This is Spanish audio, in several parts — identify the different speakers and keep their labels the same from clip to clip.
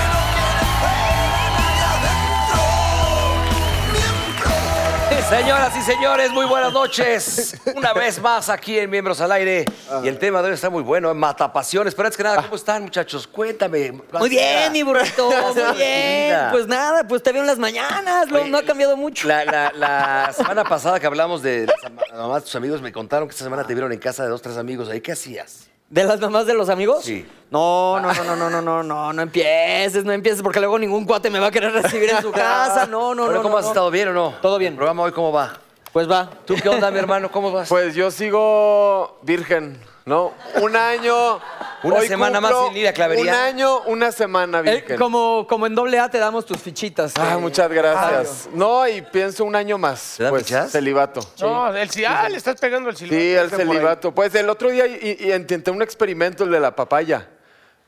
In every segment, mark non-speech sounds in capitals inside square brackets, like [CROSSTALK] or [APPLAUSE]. Speaker 1: [LAUGHS] Señoras y señores, muy buenas noches. Una vez más aquí en Miembros al Aire. Y el tema de hoy está muy bueno, mata pasiones. Pero antes que nada, ¿cómo están, muchachos? Cuéntame.
Speaker 2: Muy bien,
Speaker 1: [LAUGHS]
Speaker 2: mi burrito, muy bien.
Speaker 1: Linda.
Speaker 2: Pues nada, pues te veo en las mañanas, lo- no ha cambiado mucho.
Speaker 1: La, la- la semana pasada que hablamos de las ama- mamás de tus amigos, me contaron que esta semana te vieron en casa de dos, tres amigos ahí. ¿Qué hacías?
Speaker 2: ¿De las mamás de los amigos?
Speaker 1: Sí.
Speaker 2: No, no, no, no, no, no, no, no, no empieces, no empieces, porque luego ningún cuate me va a querer recibir
Speaker 1: [LAUGHS]
Speaker 2: en su casa. No, no,
Speaker 1: Bueno,
Speaker 2: no.
Speaker 1: ¿Cómo
Speaker 2: no,
Speaker 1: has
Speaker 2: no.
Speaker 1: estado? ¿Bien o no?
Speaker 2: Todo bien.
Speaker 1: ¿El programa hoy cómo va?
Speaker 2: Pues va.
Speaker 1: ¿Tú qué onda, mi hermano? ¿Cómo vas?
Speaker 3: Pues yo sigo virgen, ¿no? Un año.
Speaker 1: [LAUGHS] Una
Speaker 3: hoy
Speaker 1: semana más
Speaker 3: cumplo
Speaker 1: sin ir a clavería.
Speaker 3: Un año, una semana
Speaker 2: Eh,
Speaker 3: virgen.
Speaker 2: como, como en doble A te damos tus fichitas.
Speaker 3: Ah,
Speaker 2: Eh,
Speaker 3: muchas gracias. No, y pienso un año más.
Speaker 1: ¿Te dan
Speaker 3: Pues
Speaker 1: fichas?
Speaker 3: celibato.
Speaker 4: No, el ci- ah, le estás pegando el silbato.
Speaker 3: Sí, el
Speaker 4: Dicen por ahí.
Speaker 3: celibato. Pues el otro día y- y intenté un experimento, el de la papaya.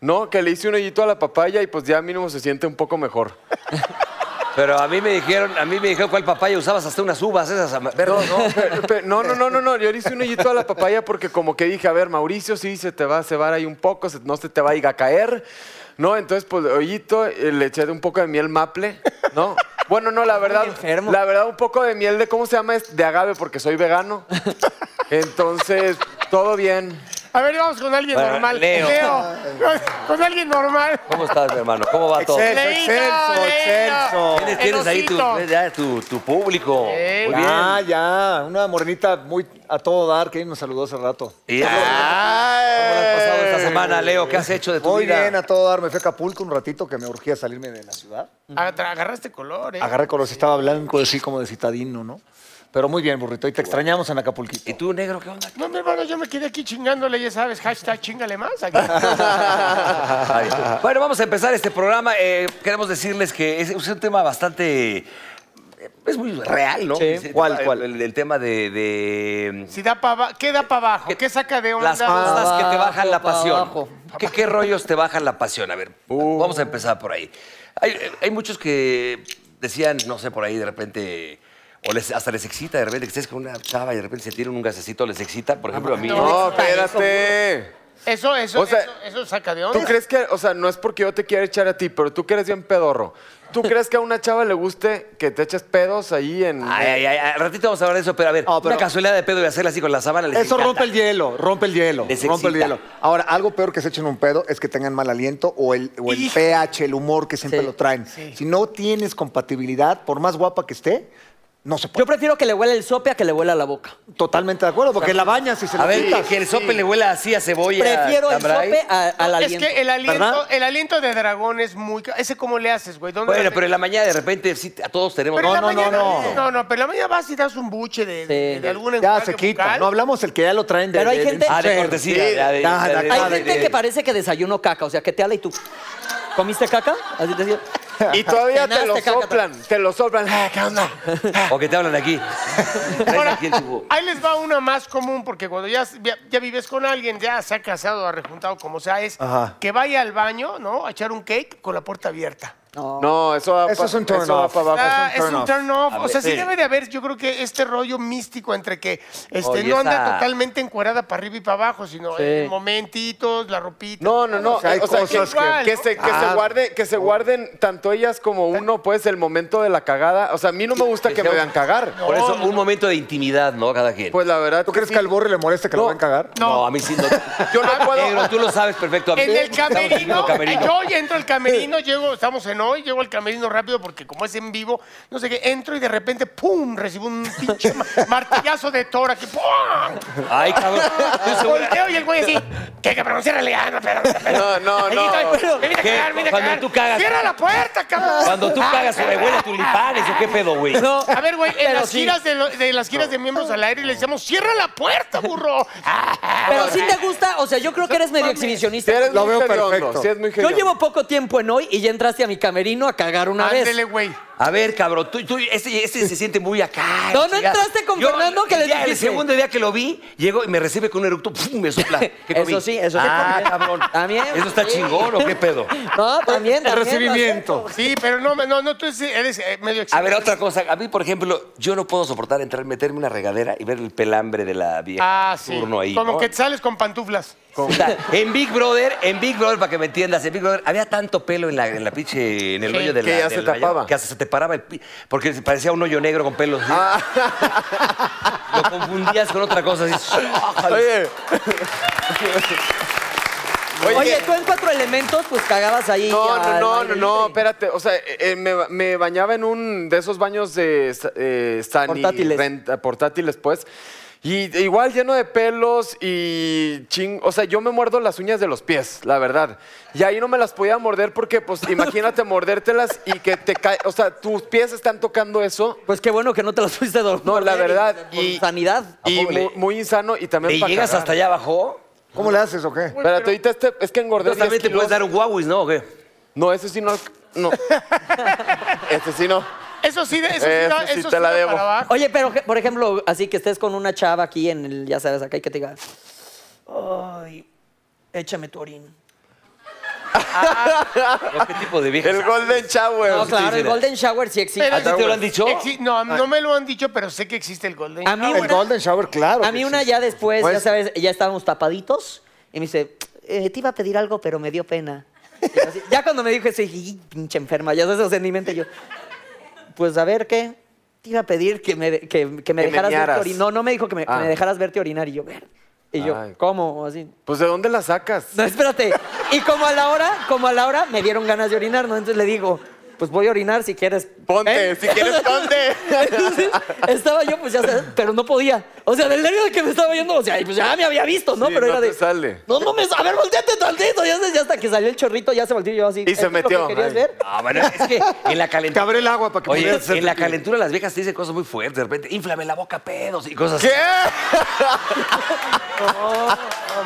Speaker 3: ¿No? Que le hice un hoyito a la papaya y pues ya mínimo se siente un poco mejor.
Speaker 1: Pero a mí me dijeron, a mí me dijeron cuál papaya usabas hasta unas uvas esas. ama-
Speaker 3: No, no, pe- pe- no, no, no, no, no, Yo le hice un hoyito a la papaya porque como que dije, a ver, Mauricio, sí, se te va a cebar ahí un poco, se- no se te va a ir a caer. No, entonces, pues, hoyito, eh, le eché de un poco de miel maple, ¿no? Bueno, no, la verdad,
Speaker 2: enfermo.
Speaker 3: la verdad, un poco de miel de, ¿cómo se llama? Es De agave, porque soy vegano. Entonces, todo bien.
Speaker 4: A ver, vamos con alguien
Speaker 1: Bueno,
Speaker 4: normal.
Speaker 1: Leo.
Speaker 4: Con alguien normal.
Speaker 1: [LAUGHS] ¿Cómo estás, mi hermano? ¿Cómo va todo?
Speaker 4: Leído, leído.
Speaker 1: Tienes, tienes ahí tu,
Speaker 4: Elosito.
Speaker 1: ya tu- tu público.
Speaker 4: Sí.
Speaker 1: Muy bien.
Speaker 5: Ah, ya, una morenita muy a todo dar que nos saludó hace rato.
Speaker 1: Y ya. ¿Cómo la has pasado esta semana, Leo? ¿Qué has hecho de tu
Speaker 5: Muy
Speaker 1: vida?
Speaker 5: bien, a todo dar. Me fui a Acapulco un ratito que me urgía salirme de la ciudad.
Speaker 4: Atra- Ah, Agarraste color, ¿eh?
Speaker 5: Agarré color, si estaba blanco, así como de citadino, ¿no? Pero muy bien, burrito. Y te extrañamos en Acapulquito.
Speaker 1: ¿Y tú, negro,
Speaker 5: [LAUGHS]
Speaker 1: qué onda?
Speaker 4: No, mi hermano, yo me quedé aquí chingándole, ya sabes, hashtag chingale
Speaker 1: [LAUGHS]
Speaker 4: más. Aquí.
Speaker 1: Ay. Bueno, vamos a empezar este programa. Eh, queremos decirles que es, es un tema bastante... eh, Es muy real, ¿no?
Speaker 2: Sí.
Speaker 1: Es el
Speaker 5: ¿Cuál,
Speaker 1: tema-
Speaker 5: cuál?
Speaker 1: El, el tema de... de-
Speaker 4: Si da para abajo, ¿qué da para abajo? ¿Qué saca de onda?
Speaker 1: Las cosas que te bajan la
Speaker 2: Abajo, pa'
Speaker 1: pasión.
Speaker 2: abajo.
Speaker 1: ¿Qué, qué rollos te bajan la pasión? A ver,
Speaker 5: Uh.
Speaker 1: vamos a empezar por ahí. Hay, hay muchos que decían, no sé, por ahí de repente, o les- hasta les excita de repente que estés con una chava y de repente se tiran un gasecito, les excita, por ejemplo, a mí.
Speaker 3: No, espérate.
Speaker 4: Eso, eso,
Speaker 3: O sea,
Speaker 4: eso, eso saca de onda.
Speaker 3: ¿Tú crees que, o sea, no es porque yo te quiera echar a ti, pero tú que eres bien pedorro? ¿Tú crees que a una chava le guste que te eches pedos ahí en...
Speaker 1: Ay, ay, ay, al ratito vamos a hablar de eso, pero a ver,
Speaker 5: No, pero-
Speaker 1: una casualidad de pedo y hacerla así con la sábana. les
Speaker 5: Eso
Speaker 1: encanta.
Speaker 5: rompe el hielo, rompe el hielo,
Speaker 1: Les
Speaker 5: rompe el
Speaker 1: excita.
Speaker 5: hielo. Ahora, algo peor que se echen un pedo es que tengan mal aliento o el, o el
Speaker 4: Hijo.
Speaker 5: pH, el humor que siempre
Speaker 2: Sí,
Speaker 5: lo traen. Si no tienes compatibilidad, por más guapa que esté, no se
Speaker 2: Yo
Speaker 5: puede.
Speaker 2: prefiero que le huela el sope a que le huela la boca.
Speaker 5: Totalmente de acuerdo, porque la bañas y se
Speaker 1: A
Speaker 5: la
Speaker 1: ver, que-
Speaker 5: quitas.
Speaker 1: que el sope le huela así a cebolla.
Speaker 2: Prefiero el
Speaker 1: Tambray.
Speaker 2: sope a- al
Speaker 4: es
Speaker 2: aliento.
Speaker 4: que el aliento,
Speaker 5: ¿verdad?
Speaker 4: el aliento de dragón es muy... ca- ¿Ese cómo le haces, güey? ¿Dónde
Speaker 1: Bueno,
Speaker 4: lo-
Speaker 1: pero en la mañana de repente sí, a todos tenemos...
Speaker 4: Pero en
Speaker 1: No,
Speaker 4: la
Speaker 1: no,
Speaker 4: mañana-
Speaker 5: no.
Speaker 4: No, no, pero en la mañana vas y das un buche de, de,
Speaker 2: Sí.
Speaker 4: de algún
Speaker 5: Ya
Speaker 4: enjuague
Speaker 5: se quita.
Speaker 4: bucal.
Speaker 5: No hablamos el que ya lo traen de
Speaker 2: Pero hay
Speaker 5: de-
Speaker 2: gente-
Speaker 1: Ah, de
Speaker 5: Sí.
Speaker 1: cortesía. ya de-
Speaker 5: Ya,
Speaker 1: ya de-
Speaker 5: ya,
Speaker 2: Ah, Hay
Speaker 1: ya de-
Speaker 2: gente que parece que desayuno caca, o sea, que te ala y tú. ¿Comiste caca? Así te digo.
Speaker 3: [LAUGHS] Y todavía te
Speaker 2: Cenaste
Speaker 3: lo
Speaker 2: caca,
Speaker 3: soplan, te lo soplan. Ah, ¿Qué onda?
Speaker 1: [LAUGHS] O que te hablan aquí. Traes
Speaker 4: Ahora,
Speaker 1: aquí el tubo.
Speaker 4: ahí les va una más común, porque cuando ya, ya, ya vives con alguien, ya se ha casado, ha rejuntado, como sea, es
Speaker 5: Ajá.
Speaker 4: que vaya al baño, ¿no? A echar un cake con la puerta abierta.
Speaker 3: No, eso va
Speaker 5: Eso
Speaker 3: pa-
Speaker 5: es un turn
Speaker 3: eso va
Speaker 5: off.
Speaker 3: pa' abajo.
Speaker 4: Ah, es un
Speaker 5: off.
Speaker 4: turn off. O sea, sí,
Speaker 1: sí.
Speaker 4: debe de haber, yo creo que este rollo místico entre que este,
Speaker 1: Oye,
Speaker 4: no anda
Speaker 1: esa-
Speaker 4: totalmente encuerada para arriba y para abajo, sino
Speaker 2: Sí.
Speaker 4: en momentitos, la ropita.
Speaker 3: No, no, no. eh,
Speaker 5: O sea, hay
Speaker 3: o sea, que,
Speaker 5: cosas
Speaker 3: que-
Speaker 4: que-
Speaker 3: que se, que se
Speaker 5: Ah.
Speaker 3: guarde- que se guarden tanto ellas como uno, pues, el momento de la cagada. O sea, a mí no me gusta que me vean cagar.
Speaker 1: Por eso, un momento de intimidad, ¿no? Cada quien.
Speaker 3: Pues la verdad.
Speaker 5: ¿Tú crees
Speaker 3: sí.
Speaker 5: que al borre le molesta que
Speaker 3: No.
Speaker 5: lo van a cagar?
Speaker 1: no. a mí sí no.
Speaker 3: Yo no puedo.
Speaker 1: Negro, tú lo sabes perfecto. A mí
Speaker 4: En
Speaker 1: me
Speaker 4: el
Speaker 1: gusta mucho
Speaker 4: camerino,
Speaker 1: el camerino.
Speaker 4: yo ya entro
Speaker 1: [LAUGHS]
Speaker 4: al camerino, llego, estamos en hoy, llego al camerino rápido porque como es en vivo, no sé qué, entro y de repente, ¡pum! recibo un pinche
Speaker 1: [LAUGHS]
Speaker 4: ma- martillazo de tora que ¡pum!
Speaker 1: Ay, cabrón. Yo seguro-
Speaker 4: Volteo y el güey así, ¿qué cabrón? Ciérrale, ah, no, pero,
Speaker 3: No, no, no.
Speaker 4: Me vine a
Speaker 1: ¿Qué?
Speaker 4: cagar, me vine a
Speaker 1: Cuando
Speaker 4: cagar.
Speaker 1: tú cagas-
Speaker 4: Cierra la puerta, cabrón.
Speaker 1: Cuando tú
Speaker 4: Ah,
Speaker 1: cagas o me huele tulipanes o qué pedo, güey.
Speaker 2: No.
Speaker 4: A ver, güey, en
Speaker 2: Pero
Speaker 4: las
Speaker 2: sí.
Speaker 4: giras de, lo- de las giras de miembros al aire le decíamos, cierra la
Speaker 1: [LAUGHS]
Speaker 4: puerta, burro. Ah,
Speaker 2: Pero sí te gusta, o sea, yo creo que eres medio exhibicionista.
Speaker 3: Sí eres
Speaker 5: Lo
Speaker 3: muy
Speaker 5: veo
Speaker 3: hediondo,
Speaker 5: perfecto.
Speaker 3: sí es muy
Speaker 2: Yo
Speaker 3: hediondo.
Speaker 2: llevo poco tiempo en hoy y ya entraste a mi camerino a cagar una vez.
Speaker 4: Ándele, güey.
Speaker 1: A ver, cabrón, tú, tú- este, este se siente muy acá.
Speaker 2: No, no
Speaker 1: chingada.
Speaker 2: entraste con Fernando, ¿qué
Speaker 1: el
Speaker 2: le
Speaker 1: día- El
Speaker 2: dijiste?
Speaker 1: segundo día que lo vi, llegó y me recibe con un eructo, ¡pum! me
Speaker 2: [LAUGHS]
Speaker 1: sopla. ¿Qué
Speaker 2: Eso
Speaker 1: comí?
Speaker 2: sí, eso sí
Speaker 1: Ah,
Speaker 2: comí.
Speaker 1: cabrón.
Speaker 2: También.
Speaker 1: ¿Eso está
Speaker 2: Sí.
Speaker 1: chingón o qué pedo?
Speaker 2: [LAUGHS] No, también,
Speaker 5: El
Speaker 2: también.
Speaker 5: recibimiento.
Speaker 4: Sí, pero no, no, no, tú eres eh, medio
Speaker 1: A ver, otra cosa. A mí, por ejemplo, yo no puedo soportar entrar, meterme en una regadera y ver el pelambre de la vieja
Speaker 4: Ah, sí.
Speaker 1: turno ahí.
Speaker 4: Como
Speaker 1: ¿no?
Speaker 4: que sales con pantuflas.
Speaker 1: O sea, [LAUGHS] en Big Brother, en Big Brother, para que me entiendas, en Big Brother había tanto pelo en la, en la pinche, en el
Speaker 4: Sí,
Speaker 1: hoyo de
Speaker 3: que
Speaker 1: la.
Speaker 3: ya
Speaker 1: del
Speaker 3: se
Speaker 1: baño,
Speaker 3: tapaba.
Speaker 1: Que hasta se te paraba el pi- porque se parecía un hoyo negro con pelos. así.
Speaker 3: Ah.
Speaker 1: [LAUGHS] Lo confundías con otra cosa. así.
Speaker 3: Oye.
Speaker 2: Oye, tú en cuatro elementos, pues cagabas ahí.
Speaker 3: No, no,
Speaker 2: al
Speaker 3: no, no,
Speaker 2: aire
Speaker 3: no,
Speaker 2: libre.
Speaker 3: espérate. O sea, eh, eh, me, ba- me bañaba en un de esos baños de sa- eh, san- y
Speaker 2: Portátiles.
Speaker 3: renta- portátiles, pues. Y de- igual lleno de pelos y ching, o sea, yo me muerdo las uñas de los pies, la verdad. Y ahí no me las podía morder
Speaker 2: [LAUGHS]
Speaker 3: porque, pues, imagínate mordértelas y que te cae, o sea, tus pies están tocando eso
Speaker 2: Pues qué bueno que no te los fuiste a dormir.
Speaker 3: No, la verdad,
Speaker 2: Por
Speaker 3: y-
Speaker 2: sanidad.
Speaker 3: y
Speaker 1: poco le-
Speaker 3: mu- muy insano y también.
Speaker 1: ¿Y
Speaker 3: pa'
Speaker 1: llegas
Speaker 3: cagar.
Speaker 1: hasta allá abajo?
Speaker 5: ¿Cómo le haces o qué?
Speaker 3: Espérate, ahorita este- es que engordé.
Speaker 1: Entonces también te
Speaker 3: 10
Speaker 1: puedes
Speaker 3: kilos.
Speaker 1: dar un Huawei, ¿no? ¿O qué?
Speaker 3: No, ese sí no.
Speaker 4: [LAUGHS]
Speaker 3: No. este sí no.
Speaker 4: Eso sí, de- eso sí,
Speaker 3: Eso
Speaker 4: da-
Speaker 3: sí
Speaker 4: eso
Speaker 3: te
Speaker 4: sí
Speaker 3: la
Speaker 4: da
Speaker 3: debo.
Speaker 4: para abajo.
Speaker 2: Oye, pero por ejemplo, así que estés con una chava aquí en el, ya sabes, acá y que te diga, ay, échame tu orina.
Speaker 1: ¿O ah, ¿Qué tipo de vieja?
Speaker 3: El Golden Shower.
Speaker 2: No, claro, el
Speaker 1: mira.
Speaker 2: Golden Shower sí existe.
Speaker 4: Pero-
Speaker 1: ¿A ti te lo han dicho?
Speaker 4: Exi- no, no me lo han dicho, pero sé que existe Ah, el Golden.
Speaker 2: A mí
Speaker 4: Shower.
Speaker 5: El Golden Shower, claro.
Speaker 2: A
Speaker 5: que
Speaker 2: mí
Speaker 5: sí.
Speaker 2: una ya después, ya
Speaker 3: Pues-
Speaker 2: sabes, ya estábamos tapaditos y me dice, "Eh, te iba a pedir algo, pero me dio pena. Y yo así- ya cuando me dijo eso, dije, "Y, pinche enferma, ya sabes, o sea, en mi mente yo, pues a ver, ¿qué? Te iba a pedir que me, que, que me
Speaker 3: me
Speaker 2: dejaras verte
Speaker 3: miaras.
Speaker 2: orinar. No, no me dijo que me, que
Speaker 3: Ah.
Speaker 2: me dejaras verte orinar y yo, ver. Y yo,
Speaker 3: Ay.
Speaker 2: ¿cómo? O así.
Speaker 3: Pues ¿de dónde la sacas?
Speaker 2: No, espérate. Y como a la hora, como a la hora me dieron ganas de orinar, ¿no? Entonces le digo, pues voy a orinar si quieres. ¿eh?
Speaker 3: Ponte, si quieres, ponte.
Speaker 2: Entonces, estaba yo, pues ya sabes, pero no podía. O sea, del nervio de que me estaba yendo, o sea, y pues ya me había visto, ¿no?
Speaker 3: Sí,
Speaker 2: pero
Speaker 3: no
Speaker 2: era
Speaker 3: te
Speaker 2: de.
Speaker 3: sale.
Speaker 2: No, no me A ver, volteate tantito. Ya sabes, ya hasta que salió el chorrito, ya se volteó y yo así.
Speaker 3: Y se
Speaker 2: "¿Esto es lo
Speaker 3: metió,
Speaker 2: que querías
Speaker 3: ay.
Speaker 2: ver?
Speaker 1: No, Ah, bueno, es que en la
Speaker 5: Te
Speaker 1: calentura.
Speaker 5: abre el agua para [LAUGHS] que
Speaker 1: Oye,
Speaker 5: puedas hacer
Speaker 1: en la
Speaker 5: pipí.
Speaker 1: calentura las viejas te dicen cosas muy fuertes. De repente, inflame la boca, pedos y cosas así.
Speaker 3: ¿Qué?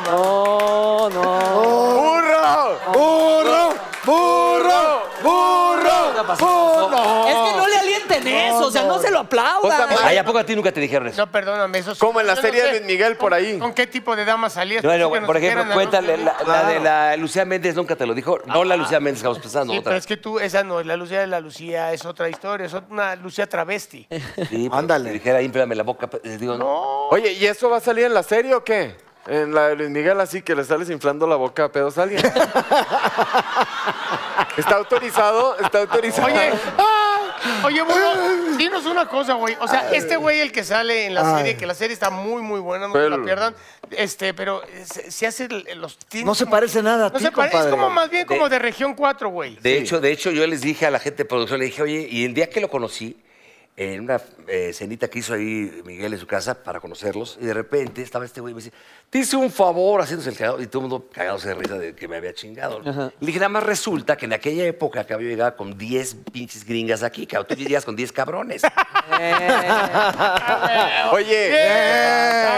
Speaker 2: No, no.
Speaker 3: ¡Burro! ¡Burro! ¡Burro! ¡Burro! ¡Burro!
Speaker 2: Es que no le alienten eso, o sea, no se lo aplaudan.
Speaker 1: Ay, ¿a poco a ti nunca te dijeron eso?
Speaker 4: No, perdóname, eso sí.
Speaker 3: Como en la
Speaker 4: Yo no
Speaker 3: serie de
Speaker 4: sé
Speaker 3: Luis Miguel, por ahí.
Speaker 4: ¿Con qué tipo de dama salías?
Speaker 1: No, no,
Speaker 4: Pensé que nos
Speaker 1: por ejemplo,
Speaker 4: dijeran a
Speaker 1: cuéntale,
Speaker 4: los-
Speaker 1: la, la de la Lucía Méndez nunca te lo dijo. No la Lucía Méndez, estamos pensando
Speaker 4: Sí,
Speaker 1: otra.
Speaker 4: pero es que tú, esa no es la Lucía de la Lucía, es otra historia, es una Lucía
Speaker 2: [LAUGHS]
Speaker 4: travesti.
Speaker 1: Sí, pero
Speaker 5: Ándale.
Speaker 1: si dijera, ímplame la boca. pe-", les digo, no.
Speaker 3: Oye, ¿y eso va a salir en la serie o qué? En la de Luis Miguel, así que le sales inflando la boca a pedos
Speaker 4: [LAUGHS]
Speaker 3: a alguien. ¿Está autorizado? ¿Está autorizado?
Speaker 4: Oye, oye,
Speaker 5: Ah.
Speaker 4: bueno, dinos una cosa, güey. O sea, este güey, el que sale en la serie, que la serie está muy, muy buena, no se la
Speaker 3: Pero-
Speaker 4: pierdan. Este, pero eh, se, se hace el- los tiene
Speaker 5: No se
Speaker 4: como-
Speaker 5: parece nada a
Speaker 4: No
Speaker 5: ti,
Speaker 4: se parece, es
Speaker 5: compadre.
Speaker 4: como más bien como
Speaker 1: De-
Speaker 4: de, región 4, güey.
Speaker 1: De hecho, de hecho, yo les dije a la gente de producción, le dije, oye, y el día que lo conocí, en una eh, cenita que hizo ahí Miguel en su casa para conocerlos, y de repente estaba este güey y me dice, te hice un favor haciéndose el cagado, y todo el mundo cagándose de risa de que me había chingado. ¿no? Le dije, nada más resulta que en aquella época que yo llegaba con 10 pinches gringas aquí, cabrón, tú llegas con 10 cabrones.
Speaker 3: Oye.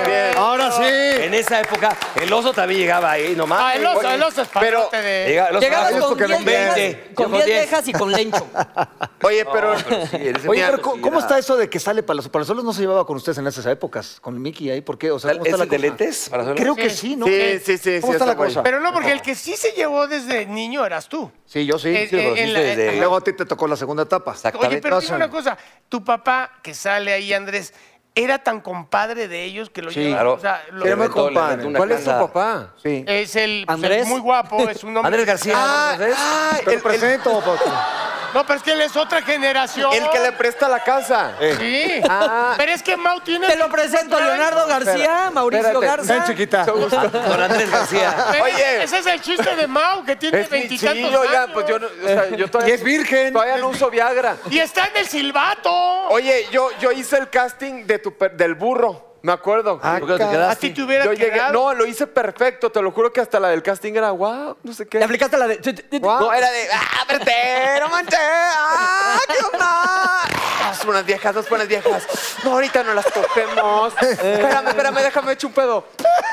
Speaker 3: Bien.
Speaker 5: Ahora sí.
Speaker 1: En esa época, el oso también llegaba ahí nomás.
Speaker 4: Ah, el oso, el oso es
Speaker 3: Pero-
Speaker 4: parote de...
Speaker 1: Llega- el oso-
Speaker 2: Llegabas
Speaker 1: ah, yo
Speaker 2: con
Speaker 1: porque
Speaker 2: 10
Speaker 1: me-
Speaker 2: viejas,
Speaker 1: 20,
Speaker 2: con
Speaker 1: yo
Speaker 2: 10 viejas y con lencho.
Speaker 3: Oye, pero...
Speaker 1: pero sí, en ese
Speaker 5: Oye,
Speaker 1: tiempo
Speaker 5: pero ¿cómo,
Speaker 1: sí
Speaker 5: cómo
Speaker 1: era-
Speaker 5: está eso de que sale Palazuelos? Palazuelos no se llevaba con ustedes en esas épocas, con Mickey ahí, ¿por qué? O sea, ¿cómo
Speaker 1: ¿Es
Speaker 5: está la
Speaker 1: el de
Speaker 5: cosa?
Speaker 1: lentes? Palazuelos?
Speaker 5: Creo que
Speaker 4: Sí. Eh,
Speaker 5: sí, ¿no?
Speaker 3: Sí, sí, sí,
Speaker 5: ¿Cómo está
Speaker 3: sí, ese
Speaker 5: la
Speaker 3: güey.
Speaker 5: cosa?
Speaker 4: Pero no, porque el que sí se llevó desde niño eras tú.
Speaker 5: Sí, yo sí.
Speaker 4: Eh,
Speaker 5: sí, pero
Speaker 4: eh,
Speaker 5: sí
Speaker 4: en
Speaker 5: te-
Speaker 4: la-
Speaker 5: y luego a ti te tocó la segunda etapa.
Speaker 1: Exactamente.
Speaker 4: Oye, pero
Speaker 5: No,
Speaker 4: dime
Speaker 5: sí.
Speaker 4: una cosa. Tu papá, que sale ahí, Andrés, ¿era tan compadre de ellos que lo
Speaker 5: Sí,
Speaker 4: lleva-
Speaker 1: claro.
Speaker 4: O sea, lo-
Speaker 5: Llama
Speaker 1: Era Le aventó- le
Speaker 5: compadre.
Speaker 1: aventó una
Speaker 3: ¿Cuál es tu
Speaker 1: casa.
Speaker 3: papá?
Speaker 5: Sí.
Speaker 4: Es el, pues,
Speaker 2: Andrés.
Speaker 4: el muy guapo, es un hombre.
Speaker 1: Andrés García.
Speaker 3: Ah,
Speaker 1: ¿no? ¿Entonces?
Speaker 3: ah,
Speaker 5: Te
Speaker 3: el,
Speaker 5: lo
Speaker 4: [LAUGHS]
Speaker 5: presento, papá.
Speaker 4: No, pero es que él es otra generación.
Speaker 3: el que le presta la Eh. casa.
Speaker 4: Sí.
Speaker 3: Ah.
Speaker 4: Pero es que Mau tiene.
Speaker 2: Te lo presento, Leonardo García, Mauricio
Speaker 3: espérate.
Speaker 5: Ven,
Speaker 2: Garza.
Speaker 5: chiquita.
Speaker 1: Con Andrés García.
Speaker 4: Pero
Speaker 3: Oye.
Speaker 4: Ese es el chiste de Mau, que tiene
Speaker 3: Es mi
Speaker 4: veintitantos
Speaker 3: chillo,
Speaker 4: años.
Speaker 3: ya, pues yo, no- o sea, yo [LAUGHS] todavía.
Speaker 5: Y es virgen.
Speaker 3: Todavía no uso Viagra.
Speaker 4: Y está en el silbato.
Speaker 3: Oye, yo, yo hice el casting de tu per- del burro, me acuerdo.
Speaker 5: Ah,
Speaker 1: ¿Por qué no te
Speaker 5: ca-
Speaker 4: a
Speaker 1: quedaste?
Speaker 4: ti te hubiera
Speaker 3: yo llegué,
Speaker 4: quedado.
Speaker 3: no, lo hice perfecto, te lo juro que hasta la del casting era wow, no sé qué.
Speaker 2: Le aplicaste la de...
Speaker 3: Guau. No, era de, ah, verte, no manches, ah, qué onda. Dos buenas viejas, dos buenas viejas. No, ahorita no las [LAUGHS] topemos. espérame, espérame, déjame echar un pedo.